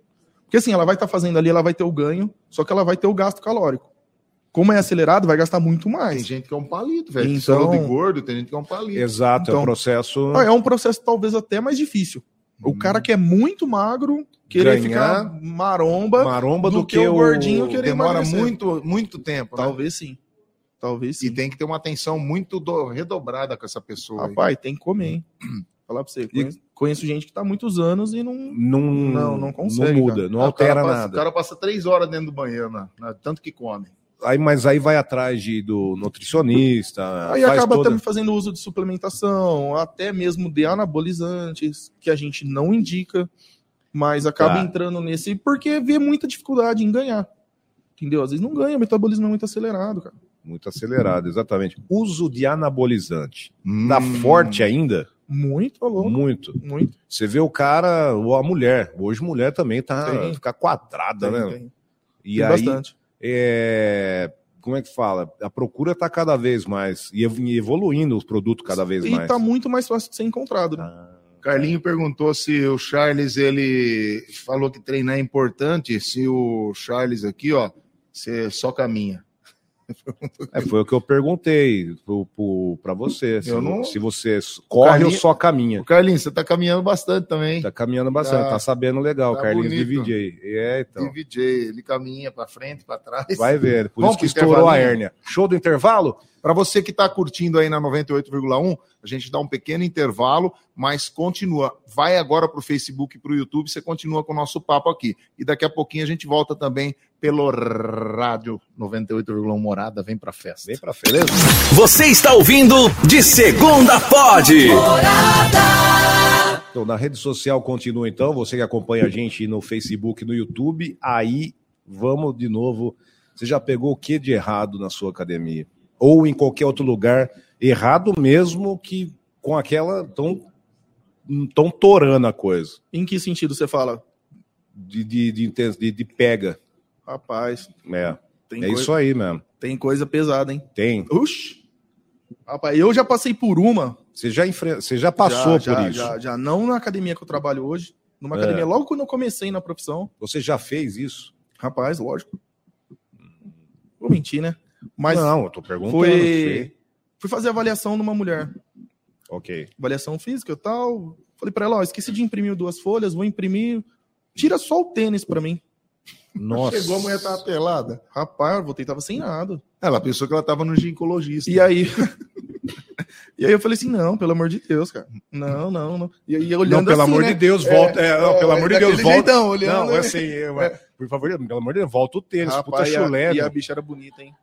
Porque assim, ela vai estar fazendo ali, ela vai ter o ganho, só que ela vai ter o gasto calórico. Como é acelerado, vai gastar muito mais. tem gente que é um palito, velho. Então- Então... de gordo, tem gente que é um palito. Exato, é Então- um processo. Ah, É um processo talvez até mais difícil. O cara que é muito magro, querer Ganhar ficar maromba, maromba do que o gordinho que ele Demora emagrecer. muito, muito tempo. né? talvez sim. Talvez E sim. tem que ter uma atenção muito do- redobrada com essa pessoa. aí. Rapaz, tem que comer, hein? Falar pra você. Conheço, conheço gente que tá há muitos anos e não. não, Não, não consegue, não muda, cara. não Ah, o altera cara passa- nada. O cara passa três horas dentro do banheiro, né? né, tanto que come. Aí, mas aí vai atrás de, do nutricionista. Aí faz acaba toda- também fazendo uso de suplementação, até mesmo de anabolizantes, que a gente não indica, mas acaba Tá. entrando nesse. Porque vê muita dificuldade em ganhar. Entendeu? Às vezes não ganha, o metabolismo é muito acelerado, cara. Muito acelerado, exatamente. Uso de anabolizante. Dá Hum. Tá forte ainda? Muito louco. Muito. Muito. Você vê o cara, ou a mulher. Hoje mulher também tá Tem. fica quadrada, né? Tem, tem. E Tem aí, bastante. é, como é que fala? A procura tá cada vez mais e ev- e evoluindo os produtos cada vez e mais. tá muito mais fácil de ser encontrado. né? Carlinho perguntou se o Charles ele falou que treinar é importante, se o Charles aqui, ó, você só caminha. É, foi o que eu perguntei pro- pro- pra você. Se, Eu não- se você corre Carlinho- ou só caminha. Ô, Carlinho, você tá caminhando bastante também. hein? Tá caminhando bastante, Tá. tá, sabendo legal, Tá Carlinhos bonito. divide aí. É, então. DJ, ele caminha para frente, para trás. Vai ver, por Vamos isso que pro estourou a intervalinho? hérnia. Show do intervalo? Para você que está curtindo aí na 98,1, a gente dá um pequeno intervalo, mas continua. Vai agora para o Facebook e para o YouTube, você continua com o nosso papo aqui. E daqui a pouquinho a gente volta também pelo rádio 98,1 Morada. Vem para festa. Vem pra frente, beleza? Você está ouvindo De Segunda Pode. Então, na rede social continua então, você que acompanha a gente no Facebook, no YouTube, aí vamos de novo. Você já pegou o que de errado na sua academia? Ou em qualquer outro lugar, errado mesmo que com aquela tão, tão torando a coisa, Em que sentido você fala? de, de, de, inten- de- de pega. Rapaz, É, tem, é coi- isso aí mesmo. tem coisa pesada, hein? Tem. Oxi! Rapaz, eu já passei por uma. Você já, enfre... você já passou já, por já, isso. Já, já não na academia que eu trabalho hoje. Numa É. academia, logo quando eu comecei na profissão. Você já fez isso? Rapaz, lógico. Vou mentir, né? Mas não, eu tô perguntando. sei. foi. Fui fazer avaliação numa mulher. Ok. avaliação física e tal. Falei pra ela, ó, esqueci de imprimir duas folhas, vou imprimir. Tira só o tênis pra mim. Nossa. Chegou, a mulher tá- tava pelada. Rapaz, eu voltei, tava sem nada. Ela pensou que ela tava no ginecologista. E aí. e aí eu falei assim: não, pelo amor de Deus, cara. Não, não, não. E aí olhando não, pelo assim, amor né? de Deus, volta. É, não, pelo amor de Deus, daquele volta. jeitão, olhando, não, né? é assim, eu- é, por favor, pelo amor de Deus, volta o tênis, puta Rapaz, e, a, chulé. e a meu. bicha era bonita, hein?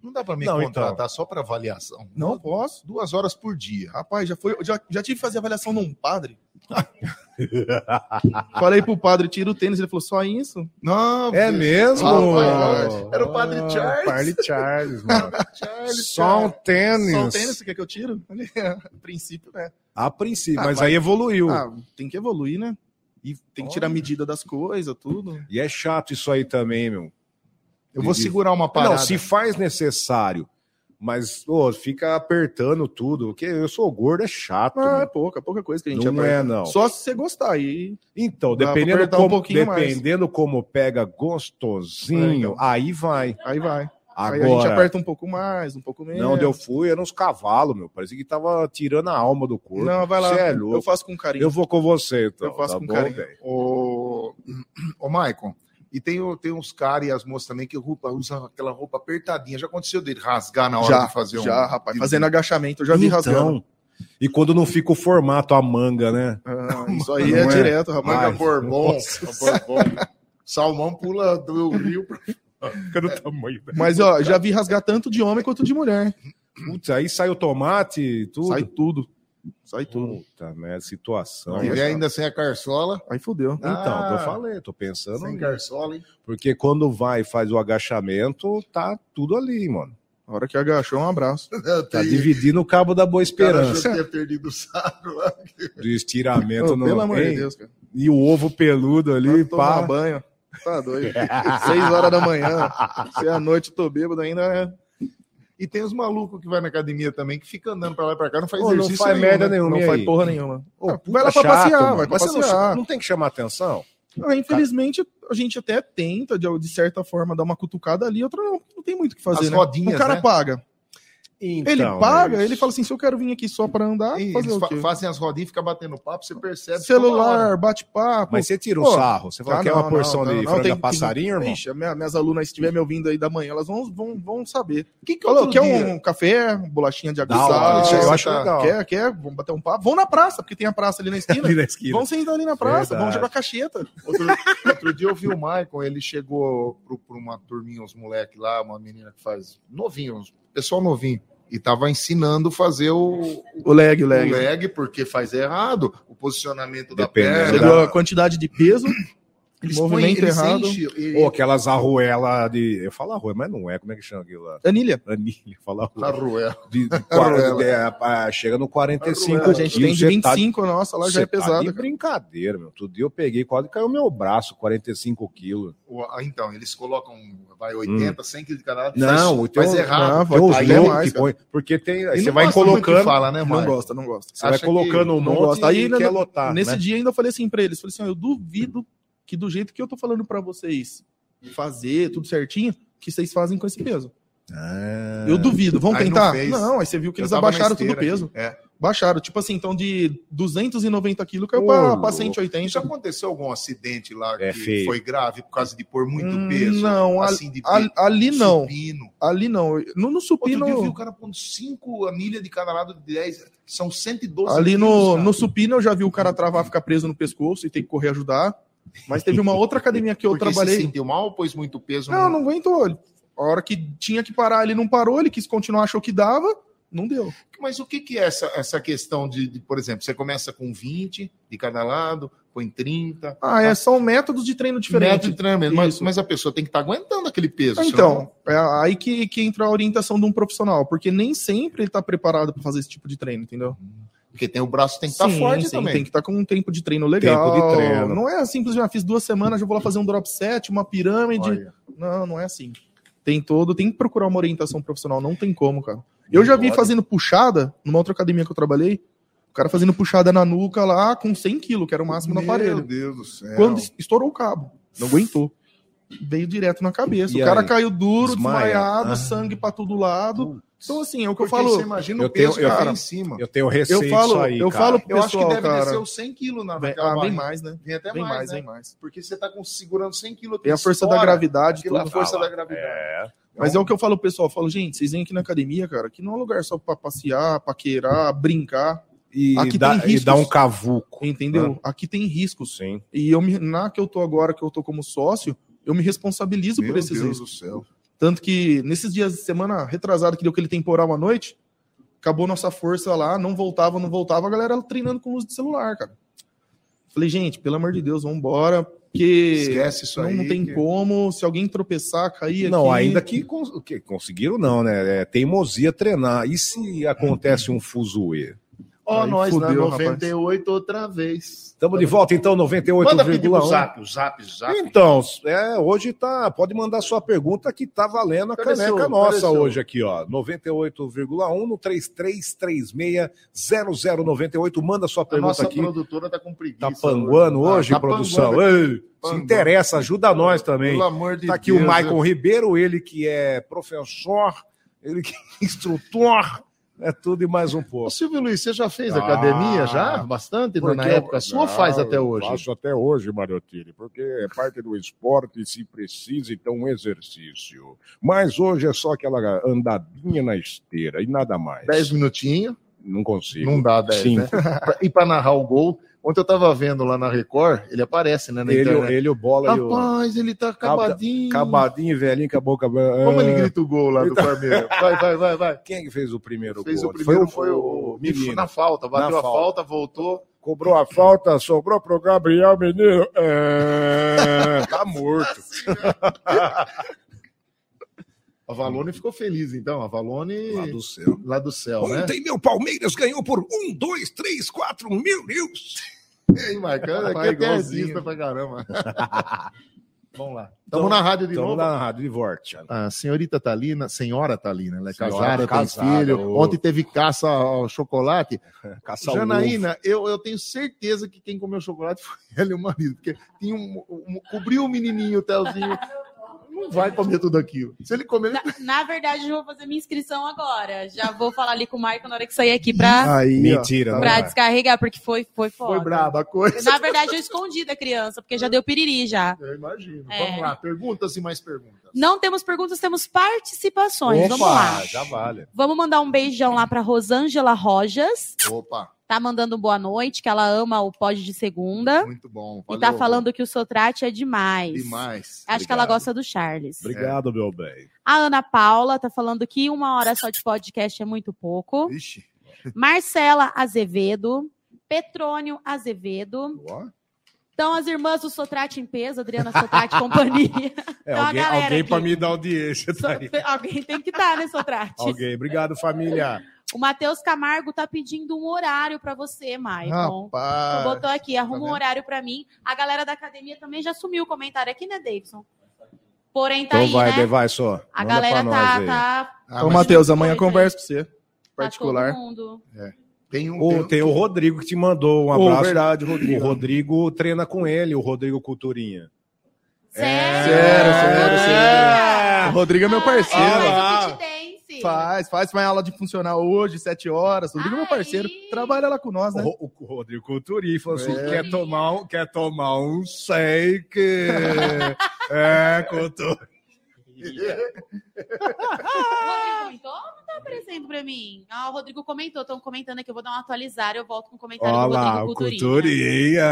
Não então. dá para me Não, contratar só para avaliação. Não posso. Duas horas por dia. Rapaz, já, foi, já, já tive que fazer avaliação num padre. Falei pro padre, tira o tênis. Ele falou, só isso? Não, É mesmo? Rapaz, era o padre Ah, Charles. Padre Charles, mano. Charles, Só um tênis. Só o tênis, você quer que eu tiro? Falei, "É, a princípio, né? A princípio, Ah, mas mas- aí evoluiu. Ah, tem que evoluir, né? E tem que tirar a medida das coisas, tudo. E é chato isso aí também, meu. Eu vou segurar uma parada. Não, se faz necessário, mas ô, fica apertando tudo, porque eu sou gordo, é chato. Ah, é meu. pouca, pouca coisa que a gente Não aperta. é, não. Só se você gostar. E Então, Dá pra dependendo, apertar um como, pouquinho mais. dependendo como pega gostosinho, É, então. aí vai. aí vai. aí Agora, a gente aperta um pouco mais, um pouco menos. Não, onde eu fui, eram uns cavalos, meu. Parecia que tava tirando a alma do corpo. Não, vai lá. Cê é eu louco. faço com Eu, carinho. vou com você, então. Eu faço tá com bom, carinho. velho? Ô, ô Maicon, e tem, o- tem uns caras e as moças também que roupa, usam aquela roupa apertadinha. Já aconteceu dele rasgar na hora Já, de fazer um. já, rapaz. Fazendo agachamento, eu já vi Então, rasgando. E quando não fica o formato, a manga, né? Ah, isso aí Não é, é? direto, Manga rapaz. Ai, Bourbon. nossa. Bourbon. Salmão pula do rio pra Fica do tamanho. né? Mas, ó, já vi rasgar tanto de homem quanto de mulher. Putz, aí sai o tomate e tudo. Sai tudo. Sai tudo. Puta, né? Situação. E ainda sem a carçola. Aí fodeu. Então, Ah. eu falei, tô pensando Sem nisso. carçola, hein? Porque quando vai e faz o agachamento, tá tudo ali, mano. A hora que agachou, um abraço. Tá dividindo o cabo da boa esperança. tinha perdido o sarro lá. Do estiramento Não, no pelo amor de Hein? Deus, cara. E o ovo peludo ali, Vai tomar pá. banho. Tá doido. Seis horas da manhã. Se à noite eu tô bêbado ainda, né? E tem os malucos que vai na academia também, que fica andando pra lá e pra cá, não faz Pô, não exercício faz nenhum, merda né? nenhuma. não e faz aí? porra nenhuma. Ô, Ah, vai lá puta pra passear, mano. vai pra Mas você não- passear. Não tem que chamar atenção? Ah, infelizmente, a gente até tenta, de, de certa forma, dar uma cutucada ali, outra não, não tem muito o que fazer. As né? rodinhas, o cara né? paga. Então, Ele paga, é ele isso. fala assim: se eu quero vir aqui só pra andar, E fazer eles o fa- quê? fazem as rodinhas, fica batendo papo, você percebe. Celular, bate-papo. Mas você tira o Pô, sarro. Você fala Ah, que é não, uma porção não, não, de não, franga tem- passarinho, irmão? Ixi, a minha- minhas alunas, se estiver me ouvindo aí da manhã, elas vão, vão, vão saber. Que que Falou, outro quer dia? um café, bolachinha de Da hora, aguçal? isso aí eu você acho legal. Quer, quer, vamos bater um papo. Vão na praça, porque tem a praça ali na esquina. Ali na esquina. Vão sentar ali na praça, Verdade. vão jogar cacheta. Outro, outro dia eu vi o Michael, ele chegou pro- pra uma turminha, uns moleques lá, uma menina que faz novinho, uns- pessoal novinho, e tava ensinando fazer o, O leg, o o leg. leg, porque faz errado, o posicionamento da Dependendo perna. Entendeu? A quantidade de peso, Eles movimento põem- eles errado. enchem- e- Ou aquelas arruelas de. Eu falo arruela, mas não é. Como é que chama aquilo lá? anilha. Anilha, fala Tá arruela. ruim. De, de, Arruela. de, é, chega no 45 A gente tem de quilos, você tá 25, a nossa lá já Cê é pesada. Tá de brincadeira, meu. Outro dia eu peguei, quase caiu meu braço, 45 quilos. O- ah, Então, eles colocam vai 80, 100 quilos de cada lado, Hum. Não, faz, tem faz um- Ah, errado. vai Tem uns ter até loucos mais, que põe, porque tem, aí E você não vai gosta muito colocando, que fala, né, não Mário? gosta, não gosta. você vai acha que colocando um não monte gosta. Aí, e quer na- Ah, lotar, Nesse né? dia ainda eu falei assim pra eles, falei assim, ó, eu duvido que do jeito que eu tô falando pra vocês fazer tudo certinho, que vocês fazem com esse peso. Ah, Eu duvido, vamos É. Aí não tentar? fez. Não, aí você viu que Eu eles tava na abaixaram todo esteira o peso. aqui. É. Baixaram, tipo assim, então de 290 quilos caiu Ô, pra, pra louco. 180. Já aconteceu algum acidente lá É que feio. foi grave por causa de pôr muito Hum, peso? assim, não, ali- de ali- ali não. supino. Ali não, no, no Outro supino... dia eu vi o cara pondo 5 anilhas de cada lado de 10, são 112 Ali quilos, no, cara. no supino eu já vi o cara travar, ficar preso no pescoço e ter que correr ajudar. Mas teve uma outra academia que eu Porque se trabalhei. sentiu mal ou pôs muito peso? Não, no- não aguentou. Ele- A hora que tinha que parar, ele não parou, ele quis continuar, achou que dava, não deu. Mas o que, que é essa, essa questão de, de, por exemplo, você começa com 20 de cada lado, põe 30... Ah, é, são métodos de treino Metro de diferentes. treinamento, mas, Isso. mas a pessoa tem que estar aguentando aquele peso. Então, é aí que, que entra a orientação de um profissional, porque nem sempre ele tá preparado para fazer esse tipo de treino, entendeu? Porque tem o braço tem que estar Sim, forte sim, também. Tem que estar com um tempo de treino legal. Tempo de treino. Não é simplesmente, ah, fiz duas semanas, já vou lá fazer um drop set, uma pirâmide. Olha. Não, não é assim. Tem todo, tem que procurar uma orientação profissional, não tem como, cara. Eu já vi Olha. fazendo puxada, numa outra academia que eu trabalhei, o cara fazendo puxada na nuca lá com 100 quilos, que era o máximo do Meu aparelho. Deus do céu. Quando es- estourou o cabo, não aguentou. Veio direto na cabeça. E o cara aí? caiu duro, Desmaia? desmaiado, Ah. sangue pra todo lado. Então, assim, é o que eu Porque falo. Você imagina Eu o peso tenho- eu- que tem cara, em cima. eu tenho receio Eu disso falo, aí, eu cara. falo pro Eu acho que pessoal, deve descer cara. os 100 quilos na Vem, naquela ah, vem barriga. mais, né? Vem até Vem mais, mais, né? vem mais. Porque você tá com, segurando 100 quilos. Tem a força da estoura gravidade, Aquela tudo. força fala. da gravidade. É, Mas é o que eu falo pro pessoal, eu falo, gente, vocês vêm aqui na academia, cara, que não é um lugar só pra passear, paquerar, brincar, e, Aqui dá, tem e dá riscos. um cavuco. entendeu? Aqui tem riscos. Sim. E eu me, na que eu tô agora, que eu tô como sócio, eu me responsabilizo Meu por esses Deus riscos. do céu. Tanto que nesses dias de semana retrasado que deu aquele temporal à noite, acabou nossa força lá, não voltava, não voltava, a galera treinando com luz de celular, cara. Falei, gente, pelo amor de Deus, vambora, porque Esquece isso não, aí. não tem que- como, se alguém tropeçar, cair Não, aqui- ainda que, cons- que conseguiram, não, né? É teimosia treinar. E se acontece um fuzuê? Ó, Aí nós na fudeu, rapaz. 98 outra vez. Estamos de volta, então, Manda pedir pro 98,1. zap, o zap, zap. Então, é, hoje tá. Pode mandar sua pergunta que tá valendo a Apareceu, caneca nossa apareceu. hoje aqui, ó. 98,1 no 33360098. Manda sua A pergunta nossa aqui. produtora tá com preguiça. Tá panguando hoje, Tá- tá produção? panguando. Ei, se Panguando. interessa, ajuda nós também. Pelo amor de Tá aqui Deus, o Maicon eu- Ribeiro, ele que é professor, ele que é instrutor, é tudo e mais um Ô, pouco. Silvio Luiz, você já fez Ah. academia já? Bastante? na Porque eu- época sua ou Não, faz até eu hoje? Faço até hoje, Mariotini, porque é parte do esporte, se precisa, então um exercício. Mas hoje é só aquela andadinha na esteira e nada mais. Dez minutinhos. Não consigo. Não dá 10, Cinco. né? E pra narrar o gol, ontem eu tava vendo lá na Record, ele aparece, né, na Ele, internet. ele, o bola e o. Rapaz, ele tá acabadinho. Cabadinho, velhinho, com a boca. Ah, Como ele É. grita o gol lá do Palmeiras? Vai, vai, vai, vai. Quem é que fez o primeiro Fez gol? o primeiro, foi o, menino. na falta, bateu Na a falta, voltou. Cobrou a falta, sobrou pro Gabriel Menino. É, tá morto. A Valone ficou feliz, então. A Valone Lá do céu. lá do céu, né? Ontem meu Palmeiras ganhou por um, dois, três, quatro, meu Deus. E marcando aqui Vai até igualzinho. artista pra caramba. Vamos lá. Estamos na rádio de Então novo. lá na rádio de Vorte. A senhorita Talina, senhora Talina, ela é Senhora casada, tem casada, filho. ô. Ontem teve caça ao chocolate. Caça Janaína, eu, eu tenho certeza que quem comeu chocolate foi ela e o marido, porque tinha um, um- cobriu o menininho, o Telzinho. Não vai comer tudo aquilo. Se ele comer, ele... Na verdade, eu vou fazer minha inscrição agora. Já vou falar ali com o Maicon na hora que sair aqui pra, Aí, ó, Mentira, tá né? pra lá. descarregar, porque foi, Ah, foi foda. Foi braba a coisa. Na verdade, eu escondi da criança, porque já deu piriri já. Eu imagino. É. Vamos lá, perguntas e mais perguntas. Não temos perguntas, temos participações. Vamos lá. já vale. Vamos mandar um beijão lá pra Rosângela Rojas. Opa, Tá mandando um boa noite, que ela ama o pod de segunda. muito bom. e tá Valeu, falando que o Sotrate é demais. demais. Acho que ela gosta do Charles. Obrigado, meu bem. A Ana Paula tá falando que uma hora só de podcast é muito pouco. Ixi, Marcela Azevedo. Petrônio Azevedo. ó. Então, as irmãs do Sotrate em peso, Adriana Sotrate e companhia. É, Então, a alguém galera alguém aqui. para me dar audiência. Tá aí. So- Alguém tem que estar, né, Sotrate? Alguém. Obrigado, família. O Matheus Camargo tá pedindo um horário pra você, Maicon. Então, Rapaz. Botou aqui, arruma um vendo? horário pra mim. A galera da academia também já sumiu o comentário aqui, né, Davidson? Porém, tá então aí, vai, né? Bê, vai só. A Manda galera pra nós tá, aí. tá, Ah, Então, mas Matheus, amanhã Pois é. converso com você. particular. particular. todo mundo. Tem um. Ô, tem o Rodrigo que te mandou um Ô, abraço. verdade, O Rodrigo treina com ele, o Rodrigo Culturinha. Sério? Sério, sério, sério. O Rodrigo é meu Ah, parceiro. faz o beat dance. Faz, faz, vai aula de funcional hoje, sete horas. Rodrigo é meu Aí. parceiro, trabalha lá com nós, né? O, o Rodrigo Culturi falou assim: É. quer, tomar, um- quer tomar um shake. é, Culturi. Ah! Rodrigo comentou ou não tá aparecendo pra mim? Ah, o Rodrigo comentou, estão comentando aqui, eu vou dar uma atualizada, eu volto com o comentário Olha do lá, Rodrigo o Culturinha. Culturinha.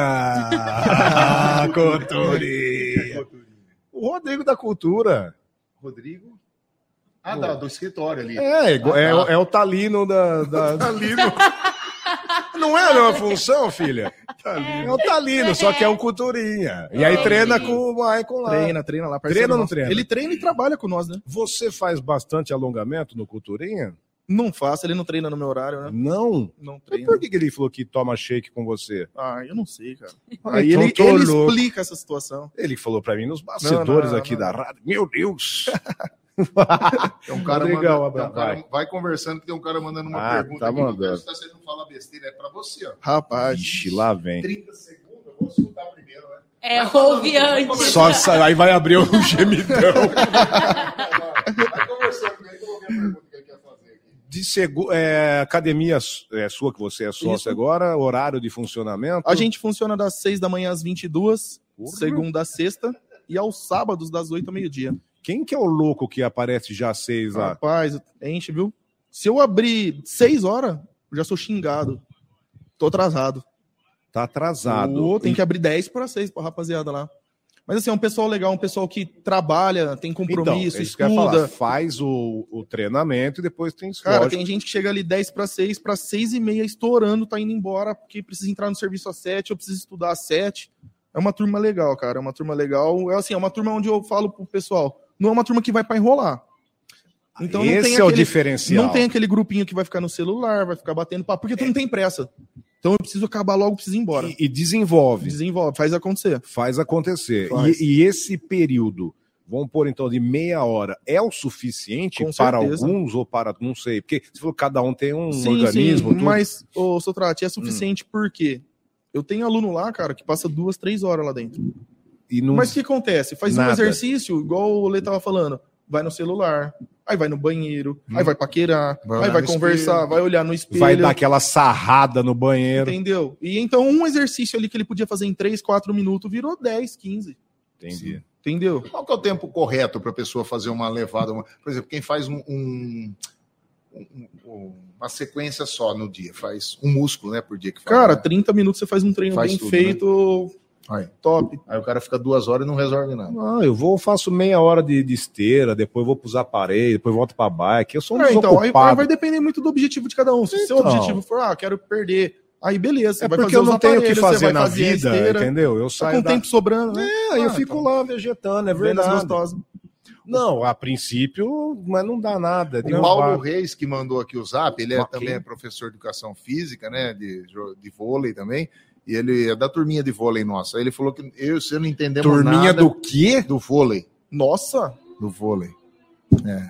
Ah, Culturinha. O Rodrigo da Cultura. Rodrigo. Ah, um- da- do escritório ali. É, igual- Ah, é, tá. o- é o Talino da. da- Talino. Não é a mesma função, filha? É o Talino, só que é o Culturinha. E aí É. treina com o Maicon lá. Treina, treina lá, Treina ou não nosso. treina? Ele treina e trabalha com nós, né? Você faz bastante alongamento no Culturinha? Não faço, ele não treina no meu horário, né? Não. Não treina. Mas por que, que ele falou que toma shake com você? Ah, eu não sei, cara. Ah, Aí então ele, tô ele louco. explica essa situação. Ele falou pra mim nos Não, bastidores não, não, aqui não. da rádio. Meu Deus! Tem um cara Rodrigão, mandando, tem um cara- vai. vai. conversando que tem um cara mandando uma Ah, pergunta. tá aqui, não mandando. quero escutar, você não fala besteira, é pra você, ó. Rapaz. Ixi, lá vem. 30 segundos, eu vou escutar primeiro, né? É, ouve antes. Só sa- aí vai abrir um gemidão. Vai conversando com ele, que eu vou ver a pergunta que ele quer fazer aqui. De segu... é, academia s- é sua que você é sócio Isso. agora, horário de funcionamento. A gente funciona das 6 da manhã às 22, Porra. segunda a sexta, e aos sábados das 8 ao meio-dia. Quem que é o louco que aparece já às seis lá? Rapaz, enche, viu? Se eu abrir 6 horas, eu já sou xingado. Tô atrasado. Tá atrasado. Então, Ô, tem que abrir 10 para 6 pra rapaziada lá. Mas assim, é um pessoal legal, um pessoal que trabalha, tem compromisso, então, é isso que eu ia falar. estuda. Faz o, o treinamento e depois tem Cara, lógico. tem gente que chega ali 10 para 6, para 6 e meia estourando, tá indo embora porque precisa entrar no serviço às 7, eu preciso estudar às 7. É uma turma legal, cara, é uma turma legal. É assim, é uma turma onde eu falo pro pessoal, não é uma turma que vai para enrolar. Então não Esse tem é o aquele diferencial. É. não tem aquele grupinho que vai ficar no celular, vai ficar batendo papo, porque tu não tem pressa. Então eu preciso acabar logo, preciso ir embora. E, e desenvolve. Desenvolve, faz acontecer. Faz acontecer. Faz. E, e esse período, vamos pôr então de meia hora, é o suficiente Com para certeza. alguns ou para, não sei, porque você falou que cada um tem um Sim, organismo, sim, tudo. mas, ô, Sotrate, é suficiente porque eu tenho aluno lá, cara, que passa duas, três horas lá dentro. e não Mas o que acontece? Faz um Nada. exercício, igual o Lê tava falando. Vai no celular, aí vai no banheiro, aí vai paquerar, Vai aí olhar vai no conversar, espelho. vai olhar no espelho. vai dar aquela sarrada no banheiro. Entendeu? E então um exercício ali que ele podia fazer em 3, 4 minutos virou 10, 15. Entendi. Entendeu? Qual que é o tempo correto pra pessoa fazer uma levada? uma- Por exemplo, quem faz um, um, um- um- uma sequência só no dia, faz um músculo, né, por dia que faz. Cara, 30 minutos você faz um treino Faz bem tudo, né? feito, Aí. top. Aí o cara fica duas horas e não resolve nada. Não, eu vou, faço meia hora de, de esteira, depois vou pros aparelhos, depois volto pra bike. Eu sou um É, então, aí, aí desocupado. vai depender muito do objetivo de cada um. Se o seu Então. objetivo for, ah, quero perder, aí beleza. Você É vai porque fazer eu os não tenho o que aparelhos, você fazer vai na a vida, esteira. entendeu? Eu Tá com saio o da... tempo sobrando, né? É, eu Ah, fico então. lá vegetando, é Vendas verdade. gostosas. Não, a princípio, mas não dá nada. é O Não É Paulo vai. Reis, que mandou aqui o zap, ele é, Ok. também é professor de educação física, né? De, jo- de vôlei também. E ele é da turminha de vôlei nossa. Ele falou que eu e você não entendemos Turminha nada do quê? do vôlei. Nossa! Do vôlei.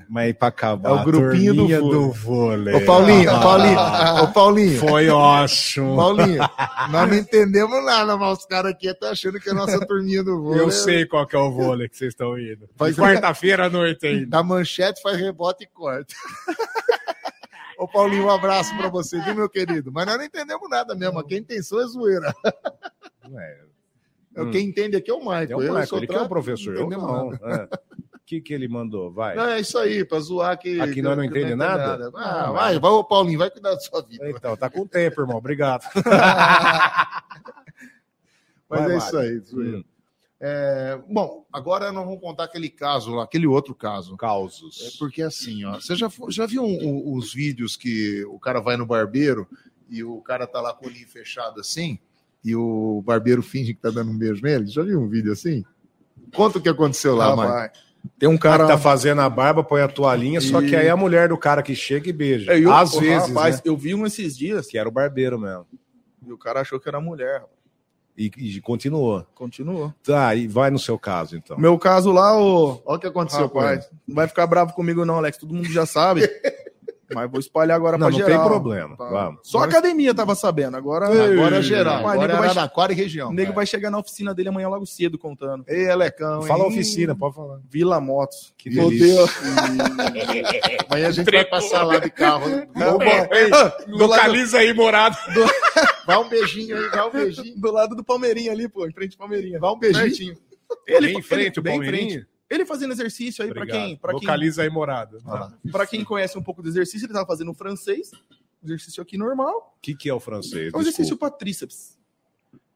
Mas pra acabar. É o grupinho do turminha vôlei. vôlei. Ô Paulinho, ô Paulinho, Ah, ô Paulinho. Foi ótimo. Paulinho, nós não entendemos nada, mas os caras aqui estão achando que é a nossa turminha do vôlei. Eu sei qual que é o vôlei que vocês estão indo. Vai- Quarta-feira à noite ainda. Da manchete faz rebote e corta. Ô Paulinho, um abraço pra você, viu, meu querido? Mas nós não entendemos nada mesmo. Aqui a intenção é zoeira. Hum. Quem entende aqui é o Michael. É o é, eu Michael, sou ele que é o trapo, professor. não Eu entendemos não. nada. É. O que, que ele mandou? Vai. Não, é isso aí, pra zoar que. Aqui que- nós não que entende nada? Ah, Não, vai, vai, ô Paulinho, vai cuidar da sua vida. Então, tá com tempo, irmão. Obrigado. Mas Vai, é isso aí, zoeira. Hum, É, bom, agora nós vamos contar aquele caso lá, aquele outro caso. É causos. porque assim, ó, você já, fo- já viu o- os vídeos que o cara vai no barbeiro e o cara tá lá com o olhinho fechado assim, e o barbeiro finge que tá dando um beijo nele? Já viu um vídeo assim? Conta o que aconteceu lá, Ah, Mike. vai. Tem um cara cara. tá fazendo a barba, põe a toalhinha, só E- que aí a mulher do cara que chega e beija. É, eu- Às pô, vezes, Rapaz, né? eu vi um esses dias Que era o barbeiro mesmo. e o cara achou que era mulher. rapaz. E, e continuou. Continuou. Tá, e vai no seu caso, então. Meu caso lá, o. Olha o que aconteceu com Rapaz, não vai ficar bravo comigo, não, Alex. Todo mundo já sabe. Mas vou espalhar agora Não, pra não geral. tem problema. Tá. Vamos. Só a academia tava sabendo. Agora, ele. Agora é geral, Mas agora é nego vai- Araraquara e região. o nego cara. vai chegar na oficina dele amanhã logo cedo contando. Ei, Alecão, Fala a hein? oficina, pode falar. Vila Motos. Que Meu delícia. Deus. Amanhã a gente vai passar lá de carro. Dá um, Localiza é, ah, aí, morado. dá um beijinho aí, dá um beijinho. Do lado do Palmeirinha ali, pô, em frente ao Palmeirinha. Dá um beijinho. Ele bem em frente, o bem em Palmeirinho. Ele fazendo exercício aí, pra Obrigado. quem, pra quem Localiza aí, morado. Olha O lá. Pra quem conhece um pouco do exercício, ele tava fazendo o francês. Exercício aqui normal. que, que é o francês? É um exercício Desculpa. pra tríceps.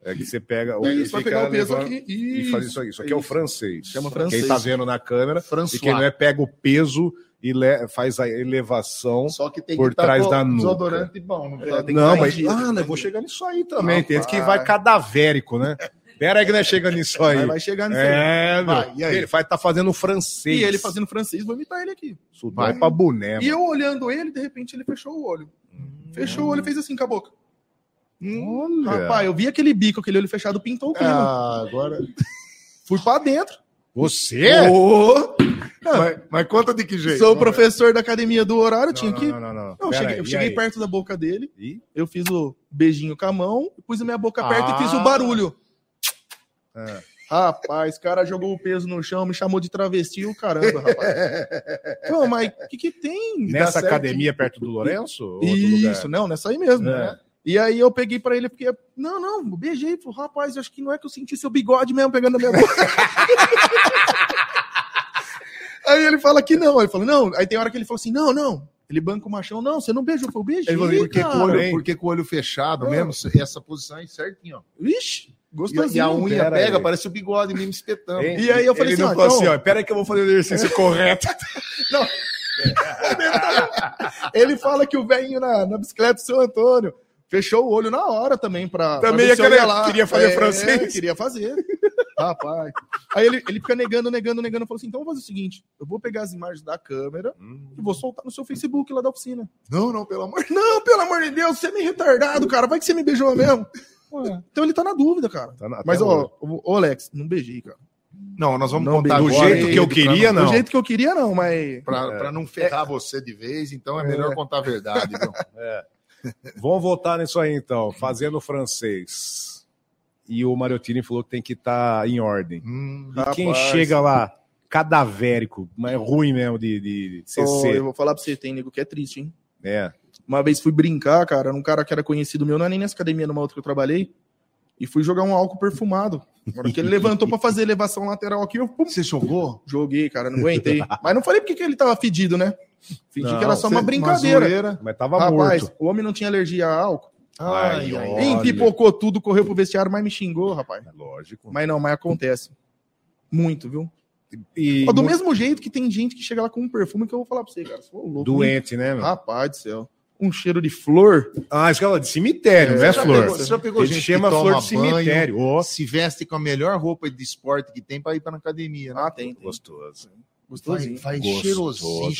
É que você pega o É e isso, vai fica pegar o peso levando aqui e faz isso aí. Isso aqui é o francês. Chama francês. Quem tá vendo na câmera François. e quem não é, pega o peso e le- faz a elevação. Só que tem por que tá trás com da nuca. desodorante bom. Não É, tem que Não, tá em mas. dia, Ah, tá né, em vou dia. chegar nisso aí também. tem esse que Rapaz. vai cadavérico, né? Pera aí que não é chegando nisso aí. Mas vai chegar nisso aí. É, meu. Vai, e aí? Ele vai tá fazendo francês. Hum. E ele fazendo francês, vou imitar ele aqui. Isso Vai. vai pra boné, E eu olhando ele, de repente ele fechou o olho. Fechou o olho, fez assim com a boca. Hum, mano. Olha. Rapaz, eu vi aquele bico, aquele olho fechado, pintou o clima. Ah, agora... Ah. Fui pra dentro. Você? Ô, Mas, mas conta de que jeito? sou o Vamos ver. professor da academia do horário, tinha não, que. não, não, não, não. Eu Pera cheguei, aí, eu e cheguei aí? perto da boca dele, Ih. eu fiz o beijinho com a mão, pus a minha boca perto Ah. e fiz o barulho. É. Rapaz, o cara jogou o peso no chão, me chamou de travesti, o caramba, rapaz. Não, mas o que, que tem? Dá Nessa certo? academia perto do Lourenço? ou outro Isso, não, nessa aí mesmo. É. né? E aí eu peguei pra ele, porque não, não, beijei, falei, rapaz, acho que não é que eu senti seu bigode mesmo pegando a minha boca. aí ele fala que não, aí ele falou, não, aí tem hora que ele falou assim, não, não, ele banca o machão, não, você não beijou, eu falei, beijei, Ele falou, porque, com o cara. olho, Hein? porque com o olho fechado É. mesmo, se- essa posição aí certinho, ó. Vixe, E, a- gostosinho. e a unha pera pega, aí. É. parece o bigode mesmo espetando. Hein? E aí eu falei assim, Ele não ah, falou então- assim, ó, pera aí que eu vou fazer o exercício correto. Ele fala que o velhinho na, na bicicleta do seu Antônio fechou o olho na hora também pra. pra Também ver se eu aquele- ia lá. É, queria fazer francês. Queria fazer. Rapaz. Aí ele, ele fica negando, negando, negando. Falou assim: então eu vou fazer o seguinte: eu vou pegar as imagens da câmera e vou soltar no seu Facebook lá da oficina. Não, não, pelo amor de Não, pelo amor de Deus, você é meio retardado, cara. Vai que você me beijou mesmo. Então ele tá na dúvida, cara. Tá na- até Mas, hoje. ó, ô, Alex, não beijei, cara. Não, nós vamos Não, contar do agora. jeito que eu queria, Do não. jeito que eu queria, não, mas. Pra, pra não ferrar você de vez, então é melhor contar a verdade. viu? Vamos voltar nisso aí, então. Fazendo francês. E o Mariotini falou que tem que estar em ordem. Hum, E quem chega lá cadavérico, mas é ruim mesmo de, de Ô, CC. eu vou falar pra você, tem nego que é triste, hein? É. Uma vez fui brincar, cara, era um cara que era conhecido meu, não era nem nessa academia, numa outra que eu trabalhei, e fui jogar um álcool perfumado. Na hora que ele levantou pra fazer elevação lateral aqui, eu pum, Você jogou? joguei, cara, não aguentei. Mas não falei porque que ele tava fedido, né? Fingi Não, que era só uma Cê- brincadeira. zoeira. Mas tava rapaz, é morto. o homem não tinha alergia a álcool. Ai, olha. Empipocou tudo, correu pro vestiário, mas me xingou, rapaz. Lógico. Mas não, mas acontece. Muito, viu? E Ó, do mu- mesmo jeito que tem gente que chega lá com um perfume que eu vou falar pra você, cara. Você é louco. doente, né? hein? meu? Rapaz do céu. Um cheiro de flor. Ah, isso que ela é de cemitério, não é já flor? pegou- você já pegou Ele gente que chama toma flor de banho? cemitério. Ó, Se veste com a melhor roupa de esporte que tem pra ir pra academia, né? Ah, tem. tem. gostoso. Vai, Gostosinho. vai Gostoso, cheirosinho, nossa.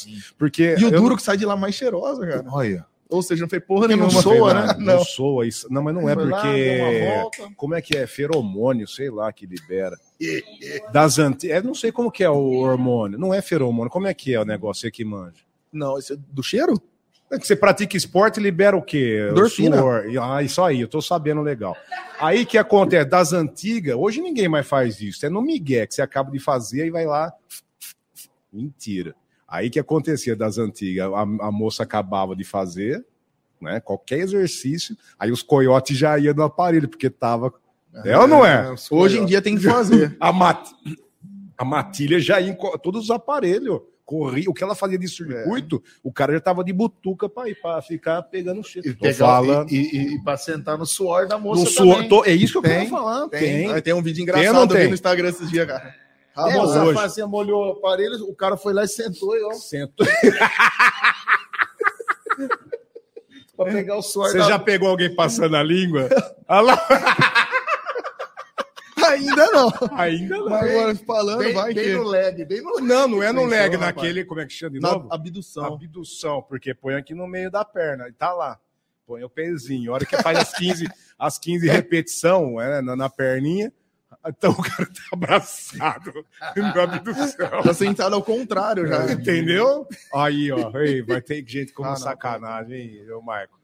cheirosinho. Porque E o eu duro que sai de lá mais cheirosa, cara. Olha. Ou seja, não fez porra Porque não nenhuma. não soa, sei, né? Não, Não. soa isso. Não, mas não é Foi lá, deu uma porque volta. como é que é? Feromônio, sei lá, que libera. Das anti... é, não sei como que é o hormônio. Não é feromônio. Como é que é o negócio? Você que manja. Não, isso é do cheiro? É que você pratica esporte e libera o quê? Endorfina. Suor. E- Ah, isso aí, eu tô sabendo legal. Aí que acontece, das antigas, hoje ninguém mais faz isso. É no migué que você acaba de fazer e vai lá. Mentira. Aí que acontecia das antigas, a, a moça acabava de fazer, né? Qualquer exercício, aí os coiotes já iam no aparelho, porque tava. É ou não é? Hoje em dia tem que fazer. A, mat... a matilha já ia em co- todos os aparelhos. Corria, o que ela fazia de circuito, o cara já tava de butuca pra ir, pra ficar pegando cheiro. E, Tô pegar- falando- e, e, e pra sentar no suor da moça No suor, também. tô- é isso que eu Tem, quero falar. tem. Tem, tem um vídeo Tem ou não engraçado eu vi tem? no Instagram esses dias, cara. A bom, moça hoje. É, fazia, molhou o aparelho, o cara foi lá e sentou e ó, Sento. pra pegar o suor É. Você da já pegou alguém passando a língua? Olha lá, Ainda não. ainda não. Mas agora falando, bem, vai bem que... no leg, bem no leg. Não, não é no Atenção, leg, rapaz. naquele, como é que chama de Na novo? abdução. Abdução, porque põe aqui no meio da perna, e tá lá. Põe o pezinho. A hora que faz as 15, as 15 repetição é, na, na perninha, então o cara tá abraçado no abdução. Tá sentado ao contrário já. Entendeu? Aí, ó, ei, vai ter gente como Ah, não, sacanagem, hein, ô Marco.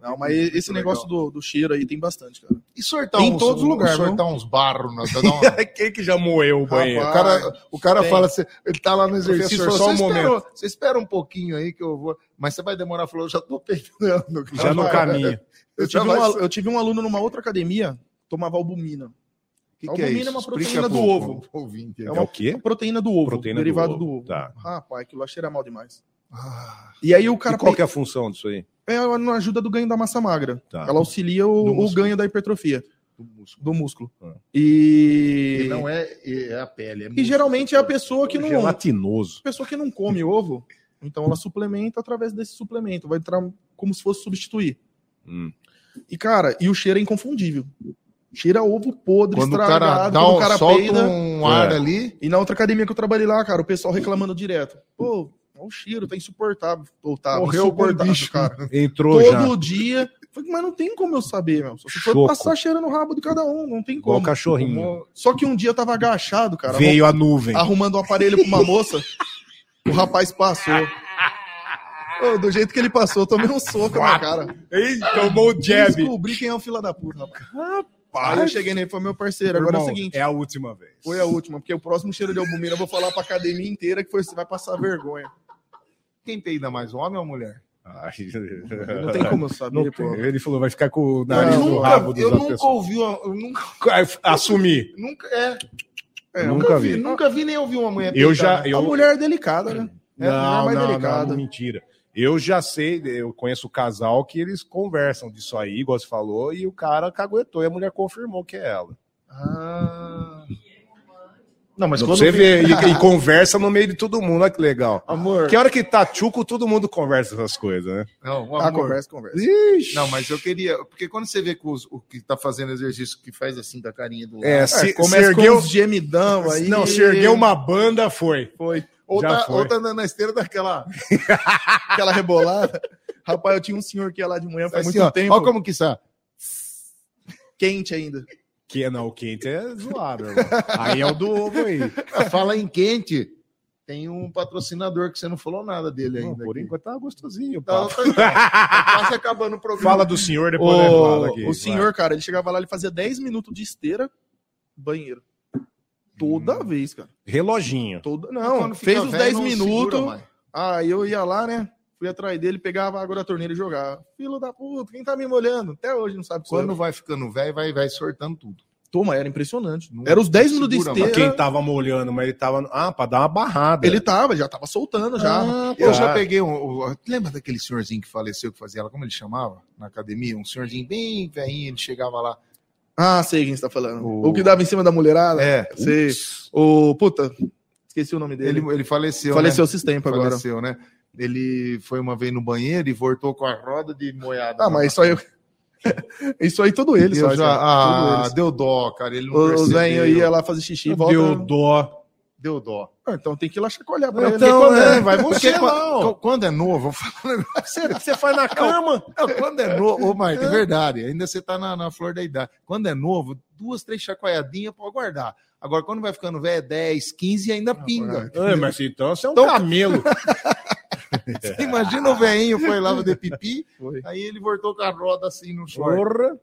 Não, mas esse negócio do, do cheiro aí tem bastante, cara. E sortar Em uns- um- todos os lugares, Sortar uns barros. né? Na, dar uma- Quem que já moeu o banheiro? o cara, o cara tem. fala assim, ele tá lá no exercício, falou, Professor, só um "Você espera- momento." Você espera um pouquinho aí que eu vou, mas você vai demorar. Falou, já tô pegando. cara. Já no caminho. é, Eu Já tive, vai um, al- ser- eu tive um aluno numa outra academia, tomava albumina. Que que Albumina é uma Explica proteína do pro- ovo. pro ouvinte aí. É o quê? Proteína do ovo, Proteína do derivado ovo, do ovo. tá. Rapaz, aquilo lá cheira mal demais. Ah, E aí o cara e qual que é a função disso aí? ela não ajuda do ganho da massa magra. Tá. Ela auxilia o, Do o músculo. ganho da hipertrofia do músculo. do músculo. Ah. E... É. E E, não é, é a pele. É músculo. geralmente é a pessoa que não Gelatinoso. pessoa que não come ovo, então ela suplementa através desse suplemento, vai entrar como se fosse substituir. Hum. E cara, e o cheiro é inconfundível. Cheira ovo podre, Quando o estragado, cara dá quando um, o cara solta peida. um ar É. ali, E na outra academia que eu trabalhei lá, cara, o pessoal reclamando direto. Pô, olha o cheiro, tá insuportável. Ou tá Morreu insuportável, o bicho. cara. Entrou já. Todo dia. Falei, mas não tem como eu saber, meu. Só se for Choco. passar cheiro no rabo de cada um, não tem Igual como. o cachorrinho. Só que um dia eu tava agachado, cara, Veio a nuvem. arrumando um aparelho pra uma moça. O rapaz passou. Ô, do jeito que ele passou, eu tomei um soco na cara. Ei, tomou o Descobri quem é o fila da puta. rapaz. Aí eu cheguei nele e falei, meu parceiro, agora é o seguinte. a última vez. Foi a última, porque o próximo cheiro de albumina eu vou falar pra academia inteira que foi, você vai passar vergonha. quem peida mais, homem ou mulher? Ai, Não tem como eu não saber, tem. pô. Ele falou, vai ficar com o nariz Eu no nunca- rabo dos eu outras nunca pessoas. ouvi, uma- eu nunca, Assumi. nunca, é, É, nunca vi. nunca vi nem ouvi uma mulher Eu peidar, já. né? Eu... A mulher é delicada, né? É a não, mulher mais não, delicada. não, mentira. Eu já sei, eu conheço o casal que eles conversam disso aí, igual você falou, e o cara caguetou e a mulher confirmou que é ela. Ah. Não, mas Pra quando Ah, você vi- vê, e, e conversa no meio de todo mundo, olha que legal. Amor. Que hora que tá tchuco, todo mundo conversa essas coisas, né? Não, Ah, amor. conversa, conversa. Não, mas eu queria. Porque quando você vê que os- o que tá fazendo exercício, que faz assim da carinha do lado. É, se, se Começa ergueu, com uns gemidão aí. não, se ergueu uma banda, foi. Foi. ou, já tá, foi. ou tá na, na esteira daquela. Aquela rebolada. Rapaz, eu tinha um senhor que ia lá de manhã faz assim, muito ó, tempo. Olha como que está. Quente ainda. Que não, o quente é zoado, irmão. Aí é o do ovo aí. Ah, Fala em quente. Tem um patrocinador que você não falou nada dele ainda. Não, por aqui. enquanto tá gostosinho. o Tá, papo. tá, tá quase acabando o programa. Fala do senhor, depois eu falo aqui. O, o vai. senhor, cara, ele chegava lá, ele fazia 10 minutos de esteira, banheiro. Toda Hum. vez, cara. Reloginho. Toda... Mas Não, quando fez fica os velho, 10 não minutos. segura mais. Aí eu ia lá, né? Fui atrás dele, pegava a água da torneira e jogava. Filho da puta, quem tá me molhando? Até hoje não sabe Quando quando. vai ficando velho, vai, vai sortando tudo. Toma, era impressionante. era os 10 minutos de Segura, esteira. Quem tava molhando, mas ele tava. Ah, pra dar uma barrada. Ele tava, já tava soltando já. Ah, eu já peguei um. um- Lembra daquele senhorzinho que faleceu que fazia ela? Como ele chamava? Na academia? Um senhorzinho bem velhinho, ele chegava lá. Ah, sei quem você tá falando. O- O que dava em cima da mulherada. É. Sei. O puta, esqueci o nome dele. Ele, ele faleceu. Faleceu esses tempos né? agora. Faleceu, né? Ele foi uma vez no banheiro e voltou com a roda de moiada. Ah, mas isso aí eu... isso aí todo ele, Ele só. já, Tudo ah, eles. deu dó, cara. Ele não O percebeu. Zenho ia lá fazer xixi e volta. Deu dó. Deu dó. Ah, então tem que ir lá chacoalhar pra ele. Então, Porque quando- é, vai Porque você lá, quando, ó. quando é novo, eu falo um negócio. Você, você faz na cama. Não, quando é novo, ô Marta, é verdade, ainda você tá na, na flor da idade. Quando é novo, duas, três chacoalhadinhas pode guardar. Agora, quando vai ficando velho, é 10, 15 ainda pinga. É, mas então você é um Então- camelo. Você imagina o velhinho foi lá fazer pipi, Foi. aí ele voltou com a roda assim no short. Porra.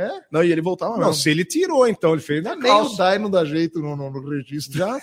É? Não, e ele voltava Não, não. se ele tirou, então, ele fez na Nem o calça. Dai não dá jeito no, no, no registro. Já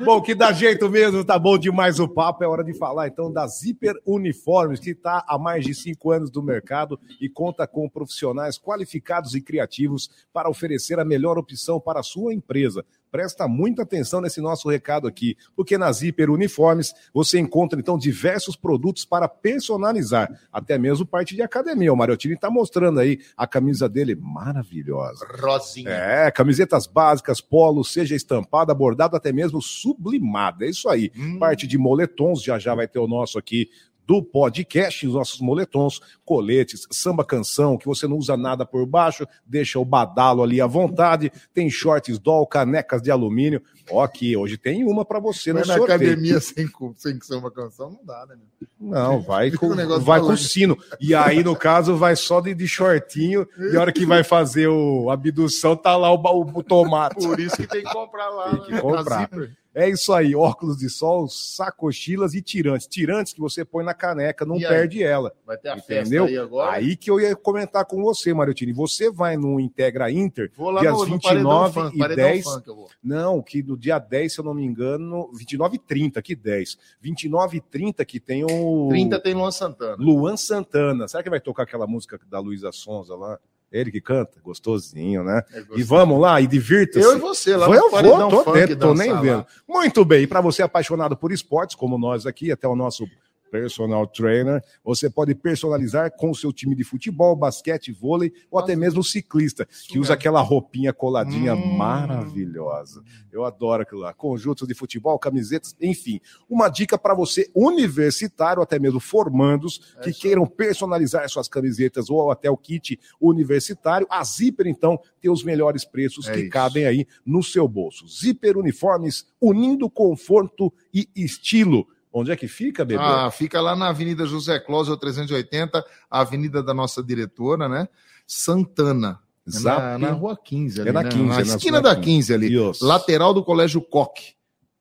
Bom, que dá jeito mesmo, tá bom demais o papo. É hora de falar então da Zipper Uniformes, que está há mais de cinco anos no mercado e conta com profissionais qualificados e criativos para oferecer a melhor opção para a sua empresa. Presta muita atenção nesse nosso recado aqui, porque na Zipper Uniformes você encontra então diversos produtos para personalizar, até mesmo parte de academia. O Mariotini está mostrando aí a camisa dele maravilhosa. rosinha. É, camisetas básicas, polo, seja estampada, bordado, até mesmo sublimada. É isso aí. Hum. Parte de moletons, já já vai ter o nosso aqui do podcast, os nossos moletons, coletes, samba canção, que você não usa nada por baixo, deixa o badalo ali à vontade, tem shorts doll, canecas de alumínio. Ó, aqui, hoje tem uma pra você no Mas na sorteio. academia sem, cu- sem que ser uma canção não dá, né? meu? Não, vai Fica com, o negócio vai com falando. o sino. E aí, no caso, vai só de, de shortinho, e a hora que vai fazer o a abdução, tá lá o, ba- o tomate. Por isso que tem que comprar lá. Tem que né? comprar. Na Zipper. É isso aí, óculos de sol, sacochilas e tirantes. Tirantes que você põe na caneca, não E aí? perde ela. Vai ter a Entendeu? festa aí agora. Aí que eu ia comentar com você, Mariotini. Você vai no Integra Inter, Vou lá dias no, no 29 Paredão Funk, e Paredão 10. Funk eu vou. não, que no dia 10, se eu não me engano, 29 e 30, que 10. 29 e 30 que tem o 30 tem Luan Santana. Luan Santana. Será que vai tocar aquela música da Luísa Sonza lá? Ele que canta? Gostosinho, né? E vamos lá, e divirta-se. Eu e você lá Vou, eu Paredão vou, tô Funk dentro, tô dançar nem lá. vendo. Muito bem, e para você apaixonado por esportes, como nós aqui, até o nosso personal trainer, você pode personalizar com o seu time de futebol, basquete, vôlei ou até mesmo ciclista, que usa aquela roupinha coladinha Hum. maravilhosa. Eu adoro aquilo lá. Conjuntos de futebol, camisetas, enfim. Uma dica para você, universitário, até mesmo formandos, É que queiram personalizar suas camisetas ou até o kit universitário. A Zipper, então, tem os melhores preços É que isso. cabem aí no seu bolso. Zipper Uniformes, unindo conforto e estilo. Onde é que fica, bebê? Ah, fica lá na Avenida José Clóvis, 380, a avenida da nossa diretora, né? Santana. É Na, Zap- na Rua 15 ali, É na né? 15, na é na esquina Zona da 15 ali. Isso. Lateral do Colégio Coque.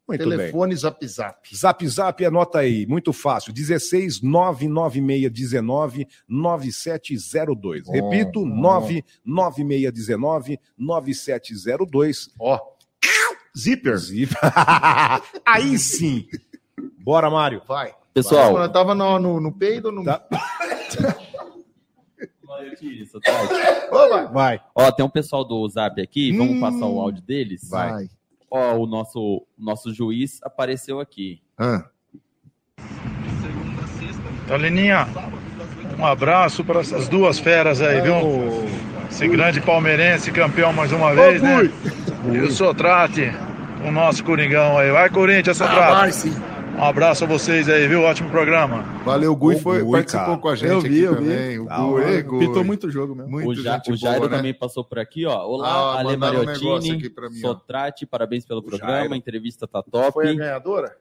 Muito bem. Telefone Zap Zap. Zap Zap, anota aí, muito fácil, 16 99619 9702. Bom, Repito, bom. 99619 9702. Ó. Zipper. Inclusive, aí sim. Bora, Mário. Vai. Pessoal. Vai. Eu tava no, no, no peido ou no... Tá. Oba! Vai. Ó, tem um pessoal do Zap aqui, vamos Hum. passar o áudio deles. Vai. Ó, o nosso, nosso juiz apareceu aqui. Ah, Tolininha, um abraço para essas duas feras aí, viu? Esse grande palmeirense campeão mais uma vez, né? E o Sotrate, o nosso Coringão aí. Vai, Corinthians, Sotrate. Um abraço a vocês aí, viu? Ótimo programa. Valeu, o Gui Ô, foi, Gui, participou cara. com a gente Eu vi, aqui eu vi. Ah, também. O Da Gui, hora. ei, Gui. Pitou muito jogo mesmo. Muito o, Ja- gente o Jairo boa, né? também passou por aqui, ó. Olá, Ah, Ale mandaram um negócio Mariottini, aqui pra mim, ó. Sotrate, parabéns pelo programa, Jairo. entrevista tá top. Foi a ganhadora?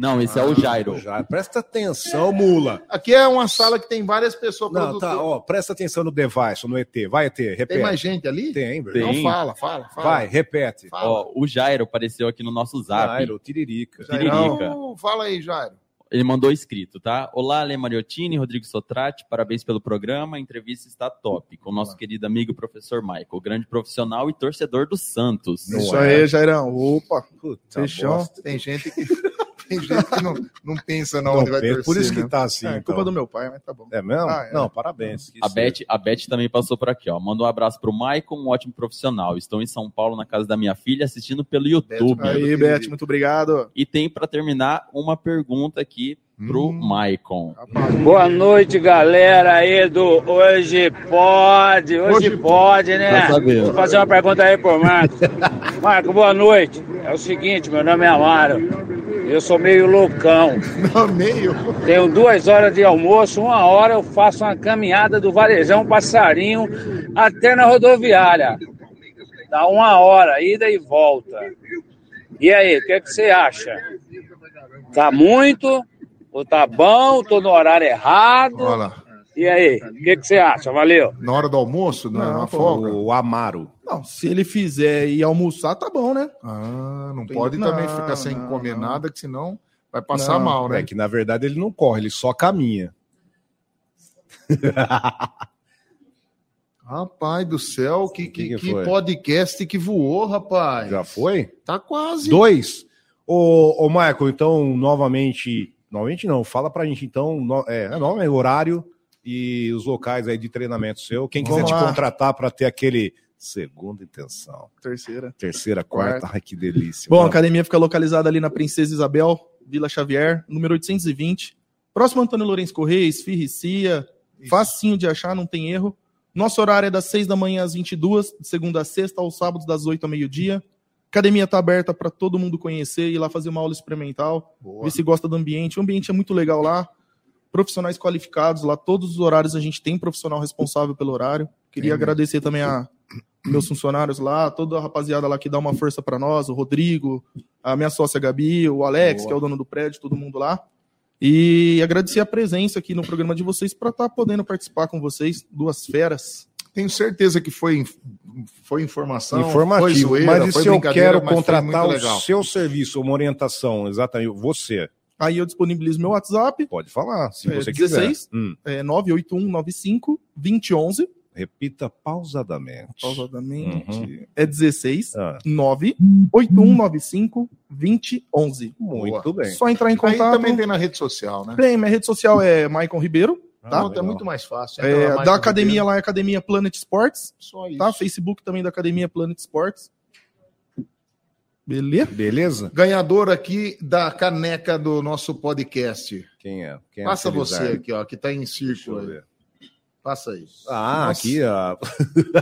Não, esse é Ah, o Jairo. Já, presta atenção, mula. Aqui é uma sala que tem várias pessoas. Não, tá, produtor. ó, presta atenção no device, no ET. Vai, ET, repete. Tem mais gente ali? Tem, Bruno? Tem. Então fala, fala, fala. Vai, repete. Fala. Ó, o Jairo apareceu aqui no nosso Zap. Jairo, tiririca. Tiririca. Jairão, fala aí, Jairo. Ele mandou escrito, tá? Olá, Ale Mariottini, Rodrigo Sotrate, parabéns pelo programa. A entrevista está top, com o nosso querido amigo professor Michael, grande profissional e torcedor do Santos. Isso aí, Jairão. Opa. Puta Fechou. bosta. Tem gente que. Tem gente que não, não pensa na Não, Tá onde vai Pedro, torcer. por isso que né? tá assim. É, culpa do meu pai, mas tá bom. É mesmo? Ah, é. Não, parabéns. é A Beth, a Beth também passou por aqui, ó. Manda um abraço pro Maicon, um ótimo profissional. Estou em São Paulo, na casa da minha filha, assistindo pelo é YouTube. Beth, Aí, Beth, muito obrigado. E tem pra terminar uma pergunta aqui pro Maicon. Boa noite, galera aí do Hoje Pode, Hoje, Pode, né? Tá Vou fazer uma pergunta aí pro Marco. Marco, boa noite. É o seguinte, meu nome é Amaro. Eu sou meio loucão. No meio. Tenho duas horas de almoço, uma hora eu faço uma caminhada do Varejão Passarinho até na rodoviária. Dá uma hora, ida e volta. E aí, o que, é que você acha? Tá muito? Ou tá bom? Tô no horário errado? Olha lá. E aí, o que, que você acha? Valeu. Na hora do almoço, não, é Não, uma pô. folga? O Amaro. Não, se ele fizer e almoçar, tá bom, né? Ah, não Tem- pode Não, também ficar sem não, comer não. nada, que senão vai passar Não, mal, né? É que na verdade ele não corre, ele só caminha. Rapaz do céu, que, que, Que que que foi? podcast que voou, rapaz. Já foi? Tá quase. Dois. Ô, ô Michael, então, novamente. Novamente não, fala pra gente então. No, é, é nome, é horário e os locais aí de treinamento seu. Quem quiser Vamos te lá. contratar pra ter aquele segunda intenção, Terceira. terceira, quarta, ai que delícia. Bom, a academia fica localizada ali na Princesa Isabel, Vila Xavier, número 820. Próximo Antônio Lourenço Correia, Firricia. Facinho de achar, não tem erro. Nosso horário é das 6 da manhã às 22, de segunda a sexta, aos sábados das 8 ao meio-dia. Academia está aberta para todo mundo conhecer e ir lá fazer uma aula experimental, Boa. ver se gosta do ambiente. O ambiente é muito legal lá. Profissionais qualificados lá, todos os horários a gente tem profissional responsável pelo horário. Queria agradecer também a meus funcionários lá, toda a rapaziada lá que dá uma força para nós, o Rodrigo, a minha sócia Gabi, o Alex, que é o dono do prédio, todo mundo lá. E agradecer a presença aqui no programa de vocês para estar podendo participar com vocês, duas feras. Tenho certeza que foi, inf- foi informação. foi informativo. zoeira, mas e foi se eu brincadeira, quero mas foi contratar muito o legal. seu serviço, uma orientação, exatamente, você, Aí eu disponibilizo meu WhatsApp, pode falar, se É, você 16? quiser. Hum, é 98195 2011, repita pausadamente. Uhum. pausadamente, é 16 Ah, 98195 2011. muito Boa. bem. Só entrar em Aí contato. também tem na rede social, né? Tem, minha rede social é Maicon Ribeiro, Tá? Ah, é legal. muito mais fácil. é, Entra lá, da Michael academia Ribeiro, lá é Academia Planet Sports. Só isso. tá? Facebook também da Academia Planet Sports. Beleza? Beleza? Ganhador aqui da caneca do nosso podcast. Quem é? Quem é Passa aquele você Zé? aqui, ó, que tá em Deixa eu círculo. aí. ver. Passa aí. Ah, Nossa, aqui, a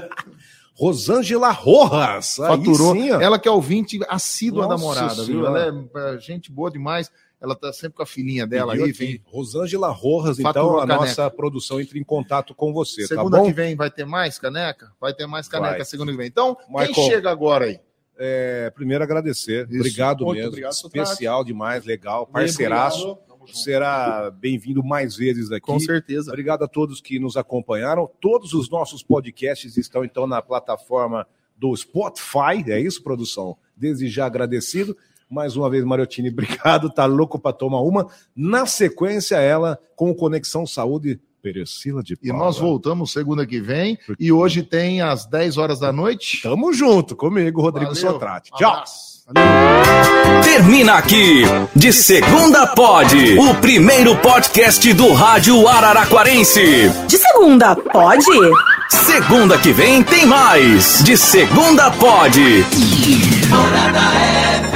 Rosângela Rojas. Aí Faturou. sim, ó. ela que é ouvinte assídua da Nossa morada, viu? Senhora. Ela é é, gente boa demais. Ela tá sempre com a filhinha dela Pediu aí, aqui. vem. Rosângela Rojas, então Faturou a a caneca. nossa produção entra em contato com você, Segunda tá bom? que vem vai ter mais caneca? Vai ter mais caneca Vai. segunda que vem. Então, quem Michael. chega agora aí? É, primeiro agradecer. Isso. Obrigado Muito mesmo. obrigado, Especial demais, legal, parceiraço. Será bem-vindo mais vezes aqui. Com certeza. Obrigado a todos que nos acompanharam. Todos os nossos podcasts estão então na plataforma do Spotify. É isso, produção? Desde já agradecido. Mais uma vez, Mariotini, obrigado. Tá louco para tomar uma. Na sequência, ela com o Conexão Saúde, Perecila de E Paula. nós voltamos segunda que vem. E hoje tem às 10 horas da noite. Tamo junto comigo, Rodrigo Valeu, Sotrate. um Tchau. abraço. Termina aqui. De segunda pode. O primeiro podcast do rádio araraquarense. De segunda, pode? Segunda que vem tem mais. De segunda pode. Morada FM.